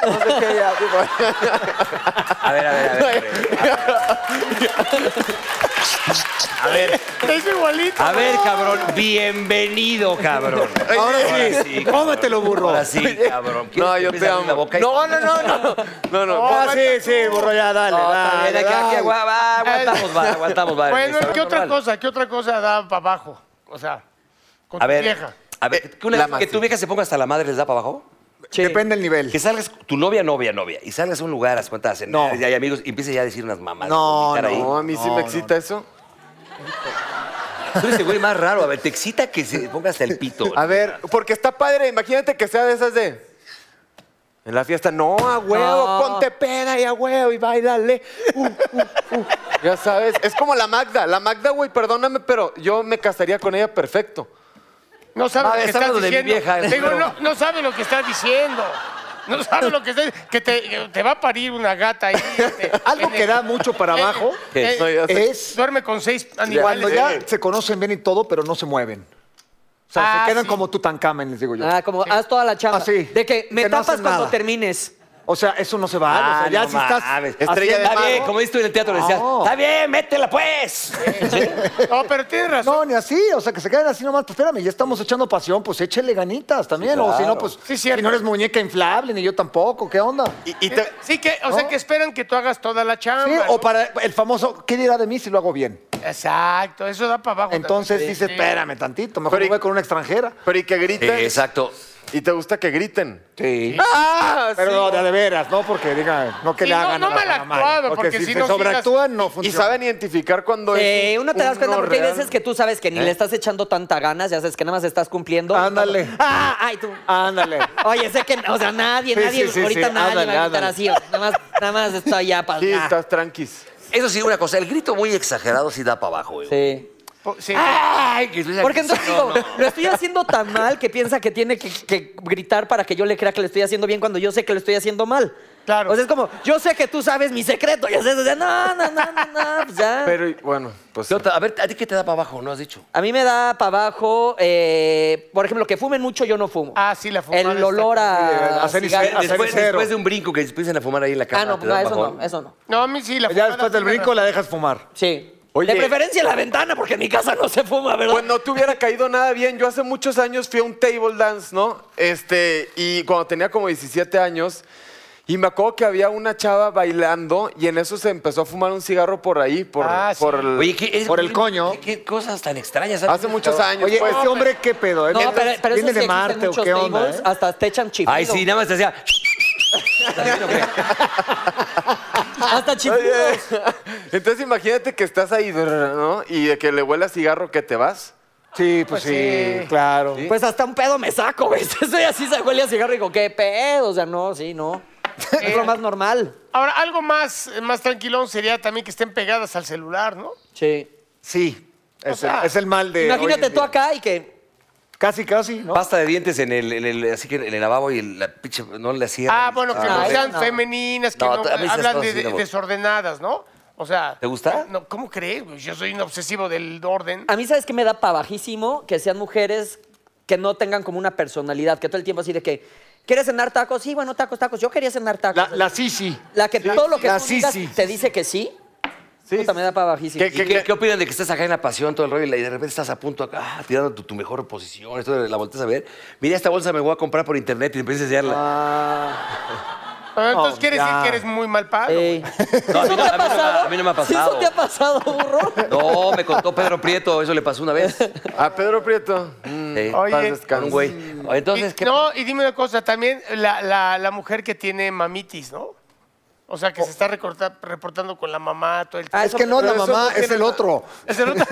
Speaker 3: No sé qué, ya, digo. [LAUGHS]
Speaker 1: A ver, a ver, a ver. a ver.
Speaker 4: A ver. [LAUGHS] Es igualito.
Speaker 1: A ver, cabrón, bienvenido, cabrón.
Speaker 3: Ahora sí,
Speaker 1: cabrón.
Speaker 3: cómetelo, burro.
Speaker 1: Ahora sí, cabrón. ¿Quieres
Speaker 3: No,
Speaker 1: que
Speaker 3: yo
Speaker 1: empiece
Speaker 3: te
Speaker 1: a abrir la
Speaker 3: amo.
Speaker 1: boca y-
Speaker 3: No, no, no,
Speaker 1: [LAUGHS]
Speaker 3: no. No, no.
Speaker 4: No,
Speaker 3: Ah, sí, sí, burro, ya, dale,
Speaker 1: No, está
Speaker 3: dale,
Speaker 1: bien, aquí, aquí,
Speaker 3: dale.
Speaker 1: agua- va, aguantamos, va, aguantamos, va. Este,
Speaker 4: Bueno,
Speaker 1: Está
Speaker 4: ¿qué otra
Speaker 1: normal.
Speaker 4: cosa? ¿Qué otra cosa da para abajo? O sea, con
Speaker 1: A
Speaker 4: tu
Speaker 1: ver,
Speaker 4: vieja.
Speaker 1: a ver, que una
Speaker 3: Eh, la
Speaker 1: vez que
Speaker 3: más,
Speaker 1: tu
Speaker 3: sí.
Speaker 1: vieja se ponga hasta la madre, ¿les da para abajo?
Speaker 5: Depende del nivel.
Speaker 1: Que salgas, tu novia, novia, novia, y salgas a un lugar, haz cuentas, no.
Speaker 5: No.
Speaker 1: y hay amigos, y empieces ya a decir unas mamás.
Speaker 5: No,
Speaker 3: No, a mí sí
Speaker 5: No,
Speaker 3: me
Speaker 5: no,
Speaker 3: excita eso.
Speaker 1: Tú eres el güey más raro, a ver, te excita que se ponga hasta el pito.
Speaker 3: A ver, porque está padre, imagínate que sea de esas de. En la fiesta, no, a huevo,
Speaker 2: No.
Speaker 3: ponte peda y a huevo y bailale. uh. Ya sabes, es como la Magda. La Magda, güey, perdóname, pero yo me casaría con ella perfecto.
Speaker 4: No sabe
Speaker 1: Va,
Speaker 4: lo que
Speaker 1: está
Speaker 4: estás
Speaker 1: hablando Ah, de mi
Speaker 4: diciendo.
Speaker 1: vieja,
Speaker 4: Digo,
Speaker 1: pero-
Speaker 4: no, no sabe lo que estás diciendo. No sabe lo que estás que te, que te va a parir una gata ahí. este,
Speaker 5: [LAUGHS] Algo
Speaker 4: en
Speaker 5: que
Speaker 4: el-
Speaker 5: da mucho para
Speaker 4: eh,
Speaker 5: abajo
Speaker 4: eh,
Speaker 3: No, ya sé.
Speaker 5: es
Speaker 4: Duerme con seis
Speaker 5: cuando
Speaker 4: animales.
Speaker 5: ya se conocen bien y todo, pero no se mueven. O sea,
Speaker 4: Ah,
Speaker 5: se quedan
Speaker 4: sí.
Speaker 5: como Tutankamen, les digo yo.
Speaker 2: Ah, como haz toda la chamba.
Speaker 5: Ah, sí.
Speaker 2: De que me
Speaker 5: Que no
Speaker 2: tapas
Speaker 5: hacen
Speaker 2: cuando
Speaker 5: nada.
Speaker 2: termines.
Speaker 5: O sea, eso no se
Speaker 2: Ah,
Speaker 5: va. o sea, ya
Speaker 1: Ah, no
Speaker 5: si estás
Speaker 1: mames.
Speaker 3: Ah, Estrella de
Speaker 1: Está
Speaker 3: mar,
Speaker 1: bien,
Speaker 3: ¿no?
Speaker 1: como dices tú en el teatro, decías,
Speaker 5: No.
Speaker 1: está bien, métela pues.
Speaker 4: No, pero tienes razón.
Speaker 5: No, ni así, o sea, que se queden así nomás, pues espérame, ya estamos echando pasión, pues échele ganitas también, o si no, pues
Speaker 4: Sí, cierto. Eh,
Speaker 5: si no eres muñeca inflable, ni yo tampoco, ¿qué onda?
Speaker 3: Y, y te-
Speaker 4: Sí que, o sea,
Speaker 5: ¿No?
Speaker 4: que esperan que tú hagas toda la
Speaker 5: Sí,
Speaker 4: chamba.
Speaker 5: o
Speaker 4: ¿no?
Speaker 5: para el famoso, ¿qué dirá de mí si lo hago bien?
Speaker 4: Exacto, eso da para abajo.
Speaker 5: Entonces
Speaker 4: también.
Speaker 5: dices,
Speaker 4: Sí.
Speaker 5: espérame tantito, mejor
Speaker 3: Pero y-
Speaker 5: me voy con una extranjera.
Speaker 3: pero y que
Speaker 1: Sí,
Speaker 3: griten.
Speaker 1: exacto.
Speaker 3: y te gusta que griten.
Speaker 5: Sí.
Speaker 3: ¡Ah!
Speaker 5: Pero
Speaker 3: sí.
Speaker 5: no, de, de veras, no porque diga, no que
Speaker 4: Sí,
Speaker 5: le
Speaker 4: no,
Speaker 5: hagan
Speaker 4: no
Speaker 5: a la
Speaker 4: malactuado,
Speaker 5: Panamá,
Speaker 4: porque si
Speaker 5: si se
Speaker 4: no sigas-
Speaker 5: sobreactúan no
Speaker 3: Y
Speaker 5: funciona.
Speaker 3: saben identificar cuando
Speaker 2: Pues Sí,
Speaker 1: Eh,
Speaker 3: es.
Speaker 2: Eh, uno te das cuenta
Speaker 3: uno
Speaker 2: porque hay
Speaker 3: real.
Speaker 2: veces que tú sabes que ni le estás echando tanta ganas, ya sabes que nada más estás cumpliendo.
Speaker 5: Ándale.
Speaker 2: [LAUGHS] Ah, ay, tú.
Speaker 5: Ándale.
Speaker 2: Oye, sé que, o sea, nadie,
Speaker 5: Sí,
Speaker 2: nadie,
Speaker 5: sí, sí,
Speaker 2: ahorita
Speaker 5: sí,
Speaker 2: nadie
Speaker 5: ándale,
Speaker 2: va a gritar
Speaker 5: ándale.
Speaker 2: así. o sea, Nada más, nada más estoy ya para.
Speaker 3: Sí, estás tranquis.
Speaker 1: Eso sí, una cosa, el grito muy exagerado sí da para abajo, güey.
Speaker 2: Sí.
Speaker 4: Po- sí.
Speaker 1: Ay, que
Speaker 2: Porque entonces
Speaker 1: No,
Speaker 2: digo,
Speaker 1: no.
Speaker 2: lo estoy haciendo tan mal que piensa que tiene que, que gritar para que yo le crea que le estoy haciendo bien cuando yo sé que le estoy haciendo mal.
Speaker 4: Claro.
Speaker 2: O sea, es como, yo sé que tú sabes mi secreto, ya sabes, o sea, no, no, no, no, no, pues ya.
Speaker 3: Pero y- bueno, pues.
Speaker 1: Yo te- A ver, ¿a ti qué te da para abajo? No has dicho.
Speaker 2: A mí me da para abajo, eh, por ejemplo, que fumen mucho, yo no fumo.
Speaker 4: Ah, sí, la fumada
Speaker 2: El olor a,
Speaker 5: a cenice-
Speaker 2: Ah, cigarro.
Speaker 5: a
Speaker 1: Después,
Speaker 5: cenicero.
Speaker 1: después de un brinco que empiezan a fumar ahí en la cama.
Speaker 2: Ah, no,
Speaker 1: ¿te
Speaker 2: no,
Speaker 1: da
Speaker 2: eso
Speaker 1: bajón?
Speaker 2: no, eso no.
Speaker 4: No, a mí sí, la
Speaker 5: Ya
Speaker 4: fumada
Speaker 5: después
Speaker 4: sí
Speaker 5: del
Speaker 4: me
Speaker 5: brinco
Speaker 4: da-
Speaker 5: la dejas fumar.
Speaker 2: Sí.
Speaker 3: Oye.
Speaker 2: De preferencia en la ventana, porque en mi casa no se fuma, ¿verdad?
Speaker 3: Pues no te hubiera caído nada bien. Yo hace muchos años fui a un table dance, ¿no? Este, y cuando tenía como 17 años, y me acuerdo que había una chava bailando y en eso se empezó a fumar un cigarro por ahí, por,
Speaker 4: Ah, sí.
Speaker 3: por el-
Speaker 1: Oye, ¿qué es-
Speaker 5: Por el coño.
Speaker 1: ¿Qué, qué cosas tan extrañas? ¿sabes?
Speaker 3: hace muchos años.
Speaker 5: Oye,
Speaker 3: pues.
Speaker 5: este hombre qué pedo, ¿eh?
Speaker 2: no, pero, pero eso
Speaker 5: viene
Speaker 2: sí
Speaker 5: de
Speaker 2: existen
Speaker 5: Marte o
Speaker 2: muchos
Speaker 5: qué onda,
Speaker 2: tables,
Speaker 5: ¿eh?
Speaker 2: Hasta te echan chiflido.
Speaker 1: Ay, sí, nada más te hacía...
Speaker 2: Hasta chiflido.
Speaker 3: Oye, Entonces imagínate que estás ahí, ¿no? Y de que le huele a cigarro que te vas.
Speaker 5: Sí, pues, sí, claro.
Speaker 2: Pues hasta un pedo me saco, güey. [LAUGHS] Estoy así, se huele a cigarro y digo, ¿qué pedo? O sea, no, sí, no. [LAUGHS] Es lo más normal.
Speaker 4: Ahora, algo más, más tranquilón sería también que estén pegadas al celular, ¿no?
Speaker 2: Sí.
Speaker 5: Sí, es, el-
Speaker 4: sea,
Speaker 5: es el mal de. hoy
Speaker 2: Imagínate
Speaker 5: en
Speaker 2: tú
Speaker 5: día.
Speaker 2: acá y que.
Speaker 5: Casi, casi, ¿no?
Speaker 1: Pasta de dientes en el, en el- así que en el lavabo y el- la pinche no le hacía.
Speaker 4: Ah, bueno, que
Speaker 2: Ah,
Speaker 4: no
Speaker 2: eso
Speaker 4: sean
Speaker 2: no.
Speaker 4: femeninas, que
Speaker 1: No,
Speaker 4: no,
Speaker 1: a mí esas
Speaker 4: hablan
Speaker 1: cosas
Speaker 4: de,
Speaker 1: sí no me gustan.
Speaker 4: desordenadas, ¿no? O sea.
Speaker 1: ¿Te gusta?
Speaker 4: No, ¿Cómo crees? güey? Yo soy un obsesivo del orden.
Speaker 2: A mí, ¿sabes qué me da pa' bajísimo? Que sean mujeres que no tengan como una personalidad, que todo el tiempo así de que. ¿Quieres cenar tacos? Sí, bueno, tacos, tacos. Yo quería cenar tacos.
Speaker 5: La, la Sisi.
Speaker 2: La que todo lo que
Speaker 5: la
Speaker 2: tú digas
Speaker 5: Sisi.
Speaker 2: te dice que sí.
Speaker 3: Sí.
Speaker 2: Puta, me da para bajísimo.
Speaker 3: ¿Qué-
Speaker 1: ¿Y qué, qué opinan de que estás acá en la pasión todo el rollo y de repente estás a punto acá ah, tirando tu, tu mejor posición, esto de la volteas a ver? Mira, esta bolsa me voy a comprar por internet y empiezas a enseñarla.
Speaker 4: Ah, Entonces,
Speaker 5: Oh,
Speaker 4: ¿quieres decir
Speaker 5: ya.
Speaker 4: que eres muy mal palo?
Speaker 2: Ey.
Speaker 1: No, a mí no-
Speaker 2: ¿Eso te
Speaker 1: a mí
Speaker 2: ha
Speaker 1: no me-
Speaker 2: pasado?
Speaker 1: a mí no me ha
Speaker 2: [LAUGHS] ¿Sí
Speaker 1: pasado.
Speaker 2: ¿Eso te ha pasado, burro?
Speaker 1: No, me contó Pedro Prieto, eso le pasó una vez.
Speaker 3: A Pedro Prieto. Mm,
Speaker 1: Sí,
Speaker 4: Oye.
Speaker 3: paz
Speaker 1: con
Speaker 3: descanse.
Speaker 1: un güey. Entonces,
Speaker 4: Y-
Speaker 1: ¿qué?
Speaker 4: no, y dime una cosa, también la, la- la mujer que tiene mamitis, ¿no? O sea, que se está recorta- reportando con la mamá todo el
Speaker 2: Ah,
Speaker 4: tiempo.
Speaker 5: Es que no, la
Speaker 3: Pero eso
Speaker 5: mamá
Speaker 3: no
Speaker 5: es
Speaker 3: tiene
Speaker 5: el
Speaker 3: nada.
Speaker 5: otro.
Speaker 4: Es el otro.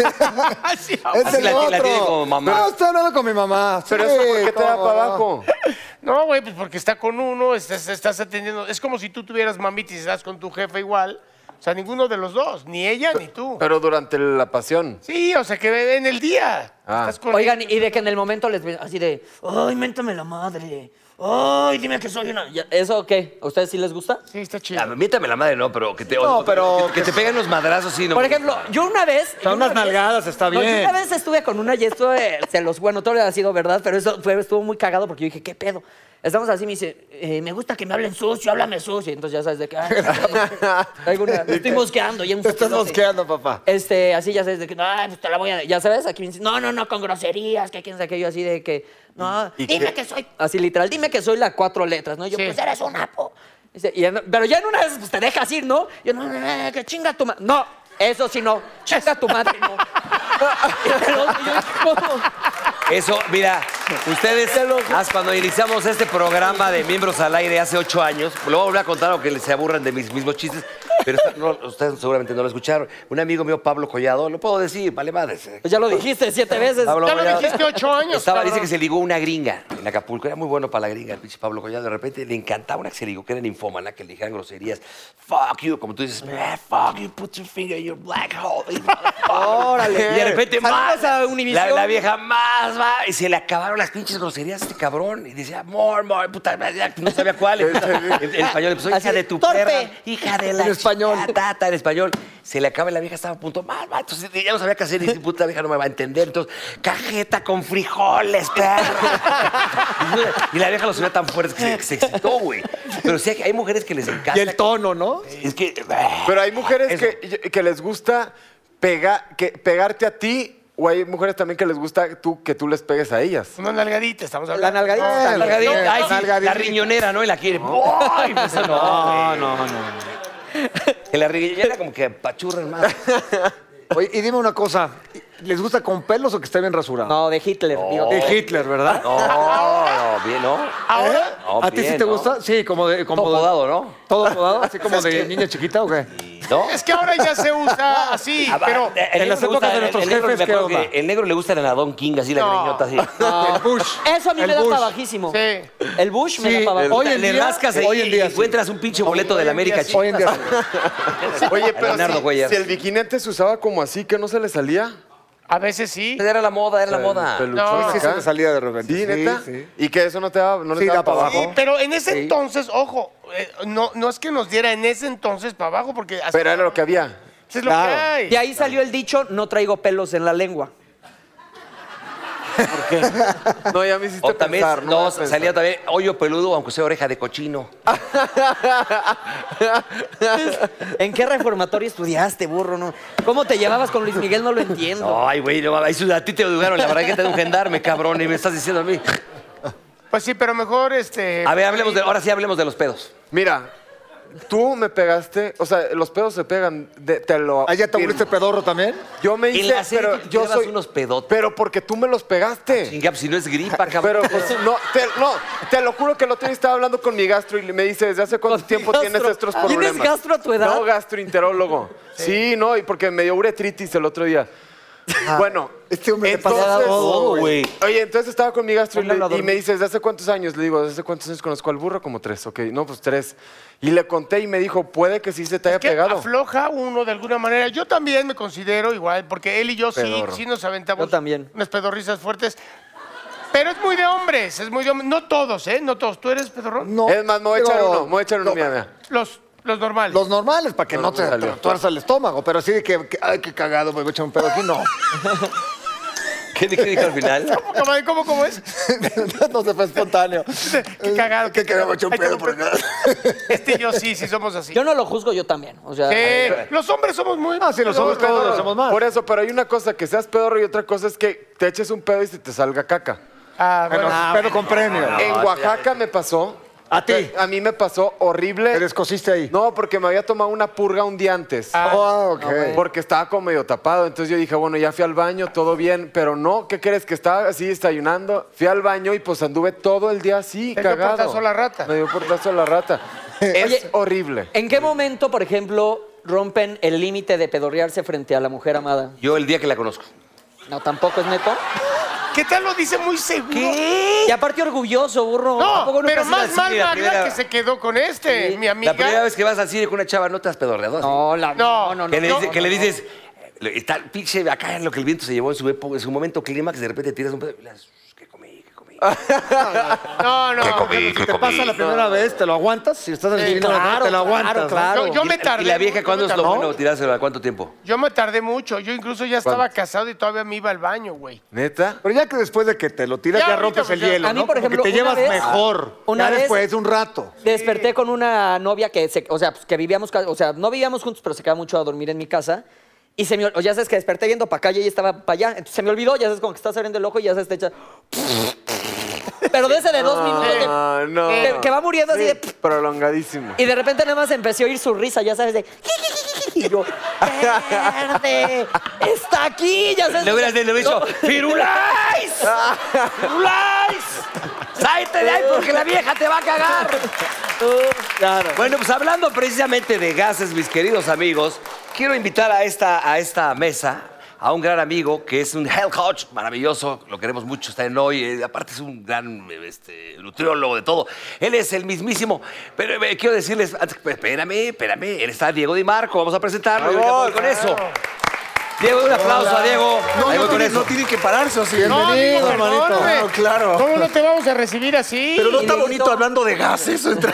Speaker 4: Ah, Sí,
Speaker 5: Es
Speaker 1: Así
Speaker 5: el
Speaker 1: la- la
Speaker 5: otro.
Speaker 1: tiene como mamá.
Speaker 5: No, está hablando con mi mamá.
Speaker 3: Pero eso, ¿por qué te da para abajo?
Speaker 4: No, güey, pues porque está con uno, estás, estás atendiendo. Es como si tú tuvieras mamitis y estás con tu jefe igual. O sea, ninguno de los dos, ni ella ni tú.
Speaker 3: Pero durante la pasión.
Speaker 4: Sí, o sea, que en el día.
Speaker 3: Ah.
Speaker 4: Estás con
Speaker 2: Oigan, y de que en el momento les así de, ay, méntame la madre. Ay, dime que soy una. Ya, ¿Eso qué? ¿A ustedes sí les gusta?
Speaker 4: Sí, está chido.
Speaker 1: Ah, Miéntame la madre, no, pero que te,
Speaker 5: No,
Speaker 1: que-
Speaker 5: pero-
Speaker 1: que, te peguen los madrazos, sí, no.
Speaker 2: Por
Speaker 1: me
Speaker 2: ejemplo,
Speaker 1: gusta.
Speaker 2: yo una vez.
Speaker 5: Son
Speaker 2: yo una
Speaker 5: unas
Speaker 2: vez-
Speaker 5: nalgadas, está
Speaker 2: No, yo
Speaker 5: bien.
Speaker 2: una eh, vez estuve con una y estuve, se los, bueno, todo ha sido verdad, pero eso fue- estuvo muy cagado porque yo dije, ¿qué pedo? Estamos así, me dice, eh, me gusta que me hablen sucio, háblame sucio. Entonces ya sabes de
Speaker 5: [LAUGHS]
Speaker 2: qué. ah, traigo una- me estoy mosqueando. Ya un
Speaker 5: Te estás
Speaker 2: sacerdote.
Speaker 5: mosqueando, papá.
Speaker 2: Este, así ya sabes de que, ay, pues te la voy a. Ya sabes, aquí me dice, no, no, no, con groserías, que quién sabe qué. Yo así de que, no, dime que soy. Así literal, dime que soy las cuatro letras, ¿no? Yo,
Speaker 4: Sí.
Speaker 2: pues eres un apo. Dice, y en- pero ya en una vez pues, te dejas ir, ¿no? Yo, no, no, no, que chinga tu madre. No, eso sí no. Chinga tu madre, no. [LAUGHS] Y te lo- y yo, ¿cómo?
Speaker 1: Eso, mira, ustedes, haz- cuando iniciamos este programa de Miembros al Aire hace ocho años, lo voy a volver a contar aunque se aburran de mis mismos chistes, pero está- no, ustedes seguramente no lo escucharon. Un amigo mío, Pablo Collado, lo puedo decir, vale madres.
Speaker 2: Pues ya lo dijiste siete veces.
Speaker 1: Pablo
Speaker 4: Ya lo
Speaker 1: Collado.
Speaker 4: dijiste ocho años,
Speaker 1: Estaba, dice
Speaker 4: cabrón.
Speaker 1: que se ligó una gringa en Acapulco. Era muy bueno para la gringa, el pinche Pablo Collado. De repente le encantaba una que se ligó, que era ninfómana, que le dijeran groserías. Fuck you, como tú dices, "Man, fuck you, put your finger in your black hole.
Speaker 2: Órale.
Speaker 1: Y de repente
Speaker 2: Saludos
Speaker 1: más.
Speaker 2: a Univisión.
Speaker 1: La, la vieja más va. Y se le acabaron las pinches groserías a este cabrón. Y decía, more, more, puta, ya no
Speaker 5: [LAUGHS]
Speaker 1: sabía cuál. En, en español, empezó,
Speaker 2: Así
Speaker 1: hija
Speaker 2: de,
Speaker 1: de tu
Speaker 2: "Torpe".
Speaker 1: perra. Hija de la
Speaker 5: En español.
Speaker 1: chingada, Tata, en español. Se le acaba y la vieja estaba a punto, más, más. Entonces ya no sabía qué hacer. Y dice, puta, la vieja no me va a entender. Entonces, cajeta con frijoles, perro. [LAUGHS] y la vieja lo subía tan fuerte que se, que se excitó, güey. Pero sí, hay- hay mujeres que les encanta.
Speaker 5: Y el tono, ¿no?
Speaker 1: Es que. eh,
Speaker 3: Pero hay mujeres
Speaker 1: Eso.
Speaker 3: que, que les gusta pega- que pegarte a ti o hay mujeres también que les gusta tú, que tú les pegues a ellas.
Speaker 4: Una nalgadita, estamos hablando.
Speaker 2: La nalgadita está
Speaker 5: Ah,
Speaker 2: bien.
Speaker 1: Nalgadita,
Speaker 5: No,
Speaker 1: ay, sí,
Speaker 5: nalgadita.
Speaker 1: la riñonera, ¿no? Y la quiere. ¡Ay! pues, eso [LAUGHS] no, no, no, Que la riñonera como que pachurran más.
Speaker 5: Oye, y dime una cosa. ¿Les gusta con pelos o que esté bien rasurado?
Speaker 2: No, de Hitler. digo.
Speaker 5: De Hitler, ¿verdad?
Speaker 1: oh. No, no, bien, ¿no?
Speaker 4: Ahora,
Speaker 1: No,
Speaker 5: ¿A ti
Speaker 1: bien,
Speaker 5: sí te
Speaker 1: ¿no?
Speaker 5: gusta? Sí, como de... Como
Speaker 1: Todo
Speaker 5: de-
Speaker 1: podado, ¿no?
Speaker 5: ¿Todo podado? ¿Así
Speaker 1: [LAUGHS]
Speaker 5: como de niña chiquita o qué?
Speaker 1: ¿No?
Speaker 4: es que ahora ya se usa así,
Speaker 1: Ah, va,
Speaker 4: pero.
Speaker 1: el
Speaker 5: en las
Speaker 1: negro le
Speaker 5: épocas de
Speaker 1: gusta-
Speaker 5: nuestros
Speaker 1: el negro,
Speaker 5: jefes,
Speaker 1: me acuerdo
Speaker 5: ¿qué onda?
Speaker 1: que el negro le gusta el anadón king, así, la greñota, así.
Speaker 5: El Bush.
Speaker 2: Eso a mí
Speaker 5: El
Speaker 2: me da
Speaker 5: Bush.
Speaker 2: para bajísimo.
Speaker 4: Sí.
Speaker 2: El Bush me da para
Speaker 5: el-
Speaker 2: abajo.
Speaker 5: hoy en
Speaker 1: le
Speaker 5: día-
Speaker 1: rascas ahí
Speaker 5: hoy en día
Speaker 1: y
Speaker 5: sí.
Speaker 1: encuentras un pinche boleto de la América
Speaker 5: Sí, Hoy en
Speaker 1: [LAUGHS]
Speaker 5: día. sí.
Speaker 3: [LAUGHS] Oye,
Speaker 1: A
Speaker 3: pero
Speaker 1: Leonardo
Speaker 3: si,
Speaker 1: Cuellar.
Speaker 3: si el bikini antes se usaba como así, que no se le salía.
Speaker 4: A veces sí.
Speaker 1: Era la moda, era la moda.
Speaker 3: Peluchón
Speaker 4: No.
Speaker 5: Sí,
Speaker 3: acá.
Speaker 5: se me salía de repente.
Speaker 3: Sí, neta.
Speaker 5: Sí,
Speaker 3: Y que eso no te daba, no le
Speaker 5: Sí,
Speaker 3: daba
Speaker 5: da
Speaker 3: para
Speaker 5: para
Speaker 3: abajo.
Speaker 4: Sí, pero en ese
Speaker 5: Sí.
Speaker 4: entonces, ojo, eh, no, no es que nos diera en ese entonces para abajo, porque así
Speaker 3: Pero era lo que había.
Speaker 4: Pues es lo que
Speaker 5: claro.
Speaker 4: hay.
Speaker 2: De ahí salió el dicho, no traigo pelos en la lengua.
Speaker 3: No, ya me hiciste
Speaker 1: O también
Speaker 3: pensar,
Speaker 1: no,
Speaker 3: me hagas
Speaker 1: salía también hoyo peludo, aunque sea oreja de cochino.
Speaker 2: [LAUGHS] ¿En qué reformatorio estudiaste, burro? No? ¿Cómo te llevabas con Luis Miguel? No lo entiendo.
Speaker 1: No, ay, güey, no, mames, ahí su- a ti te dudaron la bragueta de un gendarme, cabrón, y me estás diciendo a mí.
Speaker 4: Pues sí, pero mejor este.
Speaker 1: A ver, hablemos de, ahora sí hablemos de los pedos.
Speaker 3: Mira, tú me pegaste, o sea, los pedos se pegan, de- te lo.
Speaker 5: ¿Allá ¿Ah, te volviste pedorro también?
Speaker 3: Yo me
Speaker 1: En
Speaker 3: hice,
Speaker 1: la serie
Speaker 3: pero
Speaker 1: te
Speaker 3: yo
Speaker 1: llevas
Speaker 3: soy
Speaker 1: unos pedotes.
Speaker 3: Pero porque tú me los pegaste.
Speaker 1: Chinga, pues, si no es
Speaker 3: [LAUGHS]
Speaker 1: gripa,
Speaker 3: Pero
Speaker 1: cabrón.
Speaker 3: pues, no, te, no, te lo juro que el otro día estaba hablando con mi gastro y me dice, ¿desde hace cuánto
Speaker 2: Con
Speaker 3: tiempo
Speaker 2: tu
Speaker 3: tienes
Speaker 2: gastro.
Speaker 3: estos
Speaker 2: ¿Tienes
Speaker 3: problemas?
Speaker 2: gastro a tu edad?
Speaker 3: No, gastroenterólogo. Sí, no, y porque me dio uretritis el otro día. Bueno,
Speaker 5: Este hombre le pasa
Speaker 3: entonces-
Speaker 5: todo, güey.
Speaker 3: Oye, entonces estaba con mi gastro y, le-
Speaker 2: Póngalo a
Speaker 3: y me
Speaker 2: dormir.
Speaker 3: dice, ¿desde hace cuántos años? Le digo, ¿desde hace cuántos años conozco al burro? Como tres, ok. No, pues tres. Y le conté y me dijo, puede que sí se te haya
Speaker 4: que
Speaker 3: pegado.
Speaker 4: afloja uno de alguna manera. Yo también me considero igual, porque él y yo sí,
Speaker 3: Pedorro.
Speaker 4: sí nos aventamos
Speaker 2: Yo también.
Speaker 4: unas pedorrizas fuertes. Pero es muy de hombres, es muy de hombres. No todos, ¿eh? No todos. ¿Tú eres pedorrón?
Speaker 5: No,
Speaker 3: es más, me voy a echar
Speaker 5: digo,
Speaker 3: uno, me voy a echar uno,
Speaker 5: no,
Speaker 3: mira, mira.
Speaker 4: Los, los normales.
Speaker 5: Los normales, para que
Speaker 3: No,
Speaker 5: no,
Speaker 3: no me
Speaker 5: te
Speaker 3: salió.
Speaker 5: te tuerza el estómago, pero así de que, que, ay, qué cagado, me voy a echar un pedo aquí, no.
Speaker 1: ¿Qué, qué dijo al final?
Speaker 4: ¿Cómo, cabrón? ¿Cómo, cómo es?
Speaker 5: no se fue espontáneo.
Speaker 4: Qué cagado.
Speaker 5: Qué cagado, me voy a echar un
Speaker 4: Ay,
Speaker 5: pedo
Speaker 4: no,
Speaker 5: por acá.
Speaker 4: Este y yo sí, sí somos así.
Speaker 2: Yo no lo juzgo, yo también. O sea,
Speaker 4: Eh, los hombres somos muy.
Speaker 5: Ah, sí, los somos
Speaker 3: Pedorro.
Speaker 5: todos, los somos más.
Speaker 3: Por eso, pero hay una cosa, que seas pedorro y otra cosa es que te eches un pedo y se te salga caca.
Speaker 4: Ah, bueno.
Speaker 5: pero con premio.
Speaker 2: Ah,
Speaker 3: en Oaxaca me pasó.
Speaker 5: ¿A ti?
Speaker 3: A mí me pasó horrible.
Speaker 5: Te descosiste ahí.
Speaker 3: No, porque me había tomado una purga un día antes.
Speaker 5: Ah, ok.
Speaker 3: Porque estaba como medio tapado. Entonces yo dije, bueno, ya fui al baño, todo bien. Pero no, ¿qué crees? Que estaba así desayunando. Fui al baño y pues anduve todo el día así,
Speaker 4: Te dio
Speaker 3: cagado.
Speaker 4: portazo la rata.
Speaker 3: Me dio portazo la rata. es
Speaker 2: Oye,
Speaker 3: horrible.
Speaker 2: ¿En qué momento, por ejemplo, rompen el límite de pedorrearse frente a la mujer amada?
Speaker 1: Yo el día que la conozco.
Speaker 2: No, tampoco es neto.
Speaker 4: ¿Qué tal lo dice muy seguro?
Speaker 2: Y aparte orgulloso, burro. ¿A
Speaker 4: No,
Speaker 2: poco nunca
Speaker 4: pero
Speaker 2: has
Speaker 4: más
Speaker 2: sido así?
Speaker 4: mal
Speaker 1: la
Speaker 4: María
Speaker 1: primera-
Speaker 4: que se quedó con este, mi amiga.
Speaker 1: La primera vez que vas al cine con una chava, no te has pedorreado. así?
Speaker 2: No, la
Speaker 4: No,
Speaker 2: no, no.
Speaker 1: que, le
Speaker 2: no,
Speaker 1: dice-
Speaker 2: no,
Speaker 1: que le
Speaker 2: no.
Speaker 1: dices, eh, está el pinche acá en lo que el viento se llevó en su época, en su momento clímax, de repente tiras un pedo y le das, ¿qué comí? ¿Qué comí? comí.
Speaker 4: No, no.
Speaker 1: ¿Qué comí?
Speaker 5: Si
Speaker 1: ¿Qué
Speaker 5: te
Speaker 1: comí?
Speaker 5: pasa la primera vez, te lo aguantas. Si estás en el
Speaker 4: Eh,
Speaker 5: divino,
Speaker 4: claro,
Speaker 5: te lo
Speaker 4: claro,
Speaker 5: aguantas.
Speaker 2: claro.
Speaker 4: Yo, yo me
Speaker 1: ¿Y-
Speaker 4: tardé.
Speaker 1: ¿Y la
Speaker 4: mucho,
Speaker 1: vieja
Speaker 4: yo
Speaker 1: cuándo
Speaker 4: me
Speaker 1: es lo
Speaker 4: tardé-
Speaker 1: bueno tirársela? ¿Cuánto tiempo?
Speaker 4: Yo me tardé mucho. Yo incluso ya estaba casado y todavía me iba al baño, güey.
Speaker 3: ¿Neta?
Speaker 5: Pero ya que después de que te lo tiras,
Speaker 4: Ya
Speaker 5: ya,
Speaker 4: ahorita,
Speaker 5: rompes
Speaker 4: pues,
Speaker 5: el
Speaker 4: ya.
Speaker 5: hielo,
Speaker 2: A mí,
Speaker 5: ¿no?
Speaker 2: por
Speaker 5: Como que
Speaker 2: ejemplo,
Speaker 5: te
Speaker 2: una
Speaker 5: llevas
Speaker 2: vez-
Speaker 5: mejor.
Speaker 2: una
Speaker 5: ya
Speaker 2: vez-
Speaker 5: después de un rato.
Speaker 2: Desperté con una novia que, se- o sea, pues, que vivíamos, ca- o sea, no vivíamos juntos, pero se quedaba mucho a dormir en mi casa. Y se me, ol- o ya sabes que desperté viendo para acá y ella estaba para allá. Entonces se me olvidó, ya sabes, como que estás abriendo el ojo y ya sabes, te echa. Pero de ese de dos minutos. de-
Speaker 3: Ah, no.
Speaker 2: Que, que va muriendo así de.
Speaker 3: Prolongadísimo.
Speaker 2: Y de repente nada más empezó a oír su risa, ya sabes, de. Y yo, ¡Verde! ¡Está aquí! Ya sabes.
Speaker 1: Le hubieras le hubieras
Speaker 2: No.
Speaker 1: dicho, ¡Firulais! ¡Firulais! ¡Sáete de ahí porque la vieja te va a cagar!
Speaker 2: Claro.
Speaker 1: Bueno, pues hablando precisamente de gases, mis queridos amigos, quiero invitar a esta, a esta mesa a un gran amigo que es un health coach maravilloso, lo queremos mucho, está en hoy, eh, aparte es un gran eh, este, nutriólogo de todo. Él es el mismísimo, pero eh, quiero decirles, antes, espérame, espérame, él está Diego Di Marco, vamos a presentarlo y ahorita voy con eso. Diego, un aplauso a Diego. Ahí voy con eso.
Speaker 5: tienen que pararse, así.
Speaker 4: No,
Speaker 5: Bienvenido,
Speaker 4: digo, perdón,
Speaker 5: hermanito.
Speaker 4: güey.
Speaker 5: Claro, claro.
Speaker 4: ¿Cómo no te vamos a recibir así?
Speaker 5: Pero no está
Speaker 2: Bienvenido.
Speaker 5: bonito hablando de gases. entre-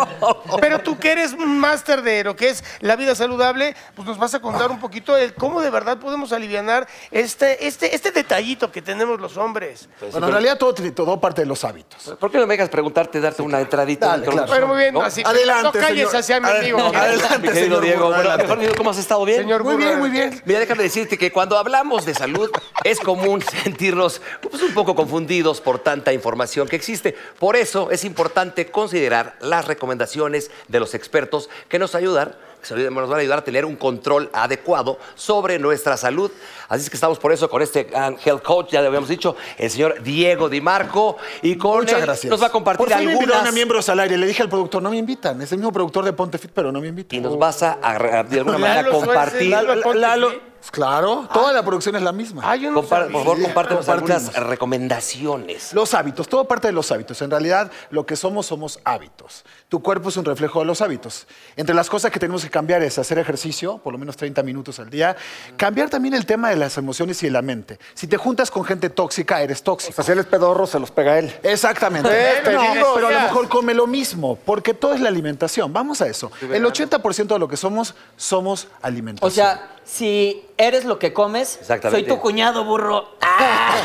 Speaker 6: [LAUGHS]
Speaker 4: Pero tú que eres un máster de lo que es la vida saludable, pues nos vas a contar un poquito de cómo de verdad podemos aliviar este, este, este detallito que tenemos los hombres.
Speaker 1: Pues
Speaker 6: Bueno, en realidad todo tiene todo parte de los hábitos.
Speaker 1: ¿Por qué no me dejas preguntarte, darte una entradita?
Speaker 6: Dale,
Speaker 1: una
Speaker 6: claro.
Speaker 1: introducción,
Speaker 4: Pero muy bien,
Speaker 1: ¿no?
Speaker 4: así.
Speaker 6: Adelante,
Speaker 4: No calles
Speaker 6: señor.
Speaker 4: hacia mi
Speaker 6: Adel-
Speaker 4: amigo.
Speaker 6: no, adelante.
Speaker 1: Mi querido
Speaker 6: señor
Speaker 1: Diego,
Speaker 6: Burro,
Speaker 1: bueno,
Speaker 6: adelante.
Speaker 1: mejor digo, ¿cómo has estado bien?
Speaker 4: Señor
Speaker 6: Muy
Speaker 4: Burro,
Speaker 6: bien, muy bien.
Speaker 1: Mira, déjame decirte que cuando hablamos de salud es común [LAUGHS] sentirnos pues, un poco confundidos por tanta información que existe. Por eso es importante considerar las recomendaciones de los expertos que nos ayudan, que se ayudan- nos van a ayudar a tener un control adecuado sobre nuestra salud. Así es que estamos por eso con este gran health coach, ya lo habíamos dicho, el señor Diego Di Marco. Y con
Speaker 6: Muchas
Speaker 1: él
Speaker 6: gracias.
Speaker 1: nos va a compartir
Speaker 6: Por fin me invitaron
Speaker 1: algunas...
Speaker 6: a miembros al aire. Le dije al productor, no me invitan. Es el mismo productor de Ponte Fit, pero no me
Speaker 1: Y
Speaker 6: invitan.
Speaker 1: nos vas a, a- de alguna
Speaker 4: Lalo
Speaker 1: manera,
Speaker 4: Suárez,
Speaker 1: compartir...
Speaker 4: Lalo Ponte
Speaker 6: Lalo-
Speaker 4: Fit.
Speaker 6: Claro, toda la producción es la misma.
Speaker 4: Ay, Ah, yo no
Speaker 1: Compar-
Speaker 4: sabía.
Speaker 1: por favor, compártenos
Speaker 6: Compartimos.
Speaker 1: algunas recomendaciones.
Speaker 6: Los hábitos, todo parte de los hábitos. En realidad, lo que somos somos hábitos. Tu cuerpo es un reflejo de los hábitos. Entre las cosas que tenemos que cambiar es hacer ejercicio, por lo menos 30 minutos al día. Cambiar también el tema de las emociones y de la mente. Si te juntas con gente tóxica, eres tóxico.
Speaker 5: Así el pedorro se los pega él.
Speaker 6: Exactamente.
Speaker 4: Eh, te
Speaker 6: No,
Speaker 4: digo,
Speaker 6: pero a lo
Speaker 4: ya.
Speaker 6: mejor come lo mismo, porque todo es la alimentación. Vamos a eso. El 80% de lo que somos, somos alimentación.
Speaker 2: O sea, si eres lo que comes, soy
Speaker 1: Exactamente.
Speaker 2: tu cuñado, burro. Ah.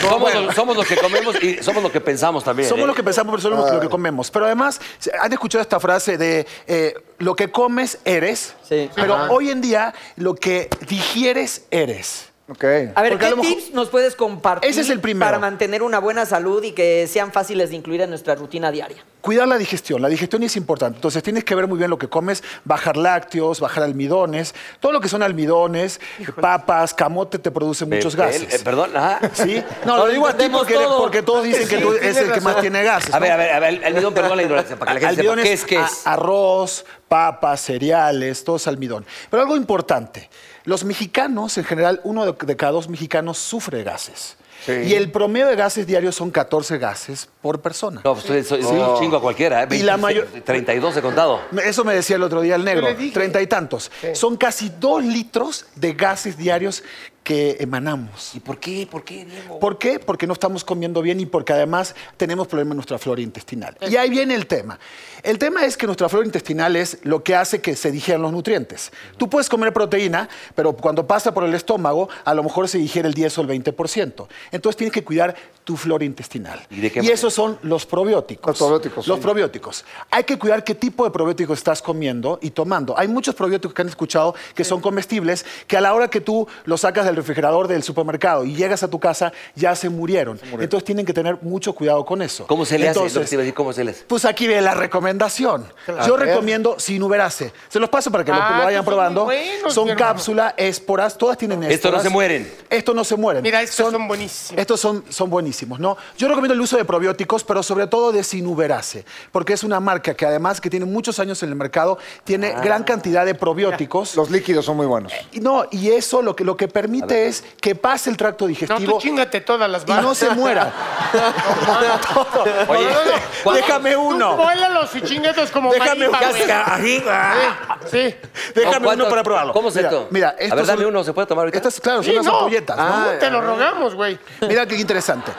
Speaker 1: Somos, los, somos los que comemos y somos lo que pensamos también.
Speaker 6: Somos
Speaker 1: ¿eh?
Speaker 6: lo que pensamos, pero somos lo que comemos. Pero además, han escuchado esta frase de eh, lo que comes eres,
Speaker 2: Sí.
Speaker 6: pero hoy en día lo que digieres eres.
Speaker 5: Ok.
Speaker 2: A ver,
Speaker 6: Porque
Speaker 2: ¿qué
Speaker 6: a lo mejor-
Speaker 2: tips nos puedes compartir
Speaker 6: Ese es el primero.
Speaker 2: para mantener una buena salud y que sean fáciles de incluir en nuestra rutina diaria?
Speaker 6: Cuidar la digestión, la digestión es importante. Entonces tienes que ver muy bien lo que comes, bajar lácteos, bajar almidones, todo lo que son almidones, papas, camote te produce
Speaker 1: Eh,
Speaker 6: muchos
Speaker 1: eh,
Speaker 6: gases.
Speaker 1: eh, perdón, ajá.
Speaker 6: ¿Sí? No, lo digo a ti
Speaker 2: entendemos
Speaker 6: porque,
Speaker 2: todo.
Speaker 6: porque todos dicen que tú es el que más tiene gases.
Speaker 1: A
Speaker 6: ¿no?
Speaker 1: ver, a ver, a ver, almidón, perdón la ignorancia, para que la gente sepa
Speaker 6: Almidón
Speaker 1: qué es, qué es.
Speaker 6: a- arroz, papas, cereales, todo es almidón. Pero algo importante, los mexicanos, en general, uno de, de cada dos mexicanos sufre gases. Y el promedio de gases diarios son 14 gases por persona.
Speaker 1: No, pues soy, soy- soy un chingo a cualquiera, ¿eh?
Speaker 6: Y la mayor-
Speaker 1: 32 he contado.
Speaker 6: Eso me decía el otro día el negro,
Speaker 4: le dije.
Speaker 6: treinta y tantos. Son casi dos litros de gases diarios que emanamos.
Speaker 1: ¿Y por qué? ¿Por qué, Diego?
Speaker 6: ¿Por qué? Porque no estamos comiendo bien y porque además tenemos problemas en nuestra flora intestinal. Y ahí viene el tema. El tema es que nuestra flora intestinal es lo que hace que se digieran los nutrientes. Tú puedes comer proteína, pero cuando pasa por el estómago, a lo mejor se digiere el 10 o el 20%. Entonces tienes que cuidar tu flora intestinal.
Speaker 1: ¿Y de qué manera?
Speaker 6: esos son los probióticos.
Speaker 5: Los probióticos,
Speaker 6: Los
Speaker 5: sí.
Speaker 6: probióticos. Hay que cuidar qué tipo de probióticos estás comiendo y tomando. Hay muchos probióticos que han escuchado que son comestibles, que a la hora que tú los sacas del refrigerador del supermercado y llegas a tu casa, ya se murieron. Entonces tienen que tener mucho cuidado con eso.
Speaker 1: ¿Cómo se le hace? Lo que
Speaker 6: Entonces,
Speaker 1: te iba a decir, ¿Cómo se le hace?
Speaker 6: Pues aquí viene la recomendación. Yo recomiendo sinuberase. Se los paso para que lo-
Speaker 4: Ah,
Speaker 6: lo, vayan
Speaker 4: estos son
Speaker 6: probando.
Speaker 4: muy buenos, mi
Speaker 6: son
Speaker 4: hermano.
Speaker 6: cápsulas, esporas, todas tienen esporas.
Speaker 1: Estos no se mueren.
Speaker 6: Estos no se mueren.
Speaker 4: Mira, estos son buenísimos.
Speaker 6: Estos son, son buenísimos, ¿no? Yo recomiendo el uso de probióticos, pero sobre todo de sinuberase, porque es una marca que además que tiene muchos años en el
Speaker 4: Ah.
Speaker 6: mercado, tiene gran cantidad de probióticos.
Speaker 5: Los líquidos son muy buenos.
Speaker 6: Y No, y eso lo que, lo que permite
Speaker 1: A ver.
Speaker 6: importante es que pase el tracto
Speaker 4: No,
Speaker 6: digestivo
Speaker 4: tú chingate todas las
Speaker 6: y
Speaker 4: balas.
Speaker 6: no se
Speaker 4: [LAUGHS]
Speaker 6: muera. Todo.
Speaker 1: Oye, ¿cuál-
Speaker 6: Déjame uno.
Speaker 4: Tú vuélalos y chingatos como
Speaker 6: Déjame
Speaker 4: maripa, güey.
Speaker 6: uno.
Speaker 4: Sí.
Speaker 6: Déjame
Speaker 1: ¿Cuánto-
Speaker 6: uno para probarlo.
Speaker 1: ¿Cómo es
Speaker 6: Mira,
Speaker 1: esto?
Speaker 6: Mira,
Speaker 1: a
Speaker 6: estos
Speaker 1: ver, dame
Speaker 6: son-
Speaker 1: uno, ¿se puede tomar ahorita? Ah,
Speaker 6: Estas, claro, son
Speaker 4: Sí,
Speaker 6: las
Speaker 4: no.
Speaker 6: ampolletas. ¿no?
Speaker 4: No, te lo rogamos, güey.
Speaker 6: Mira qué interesante.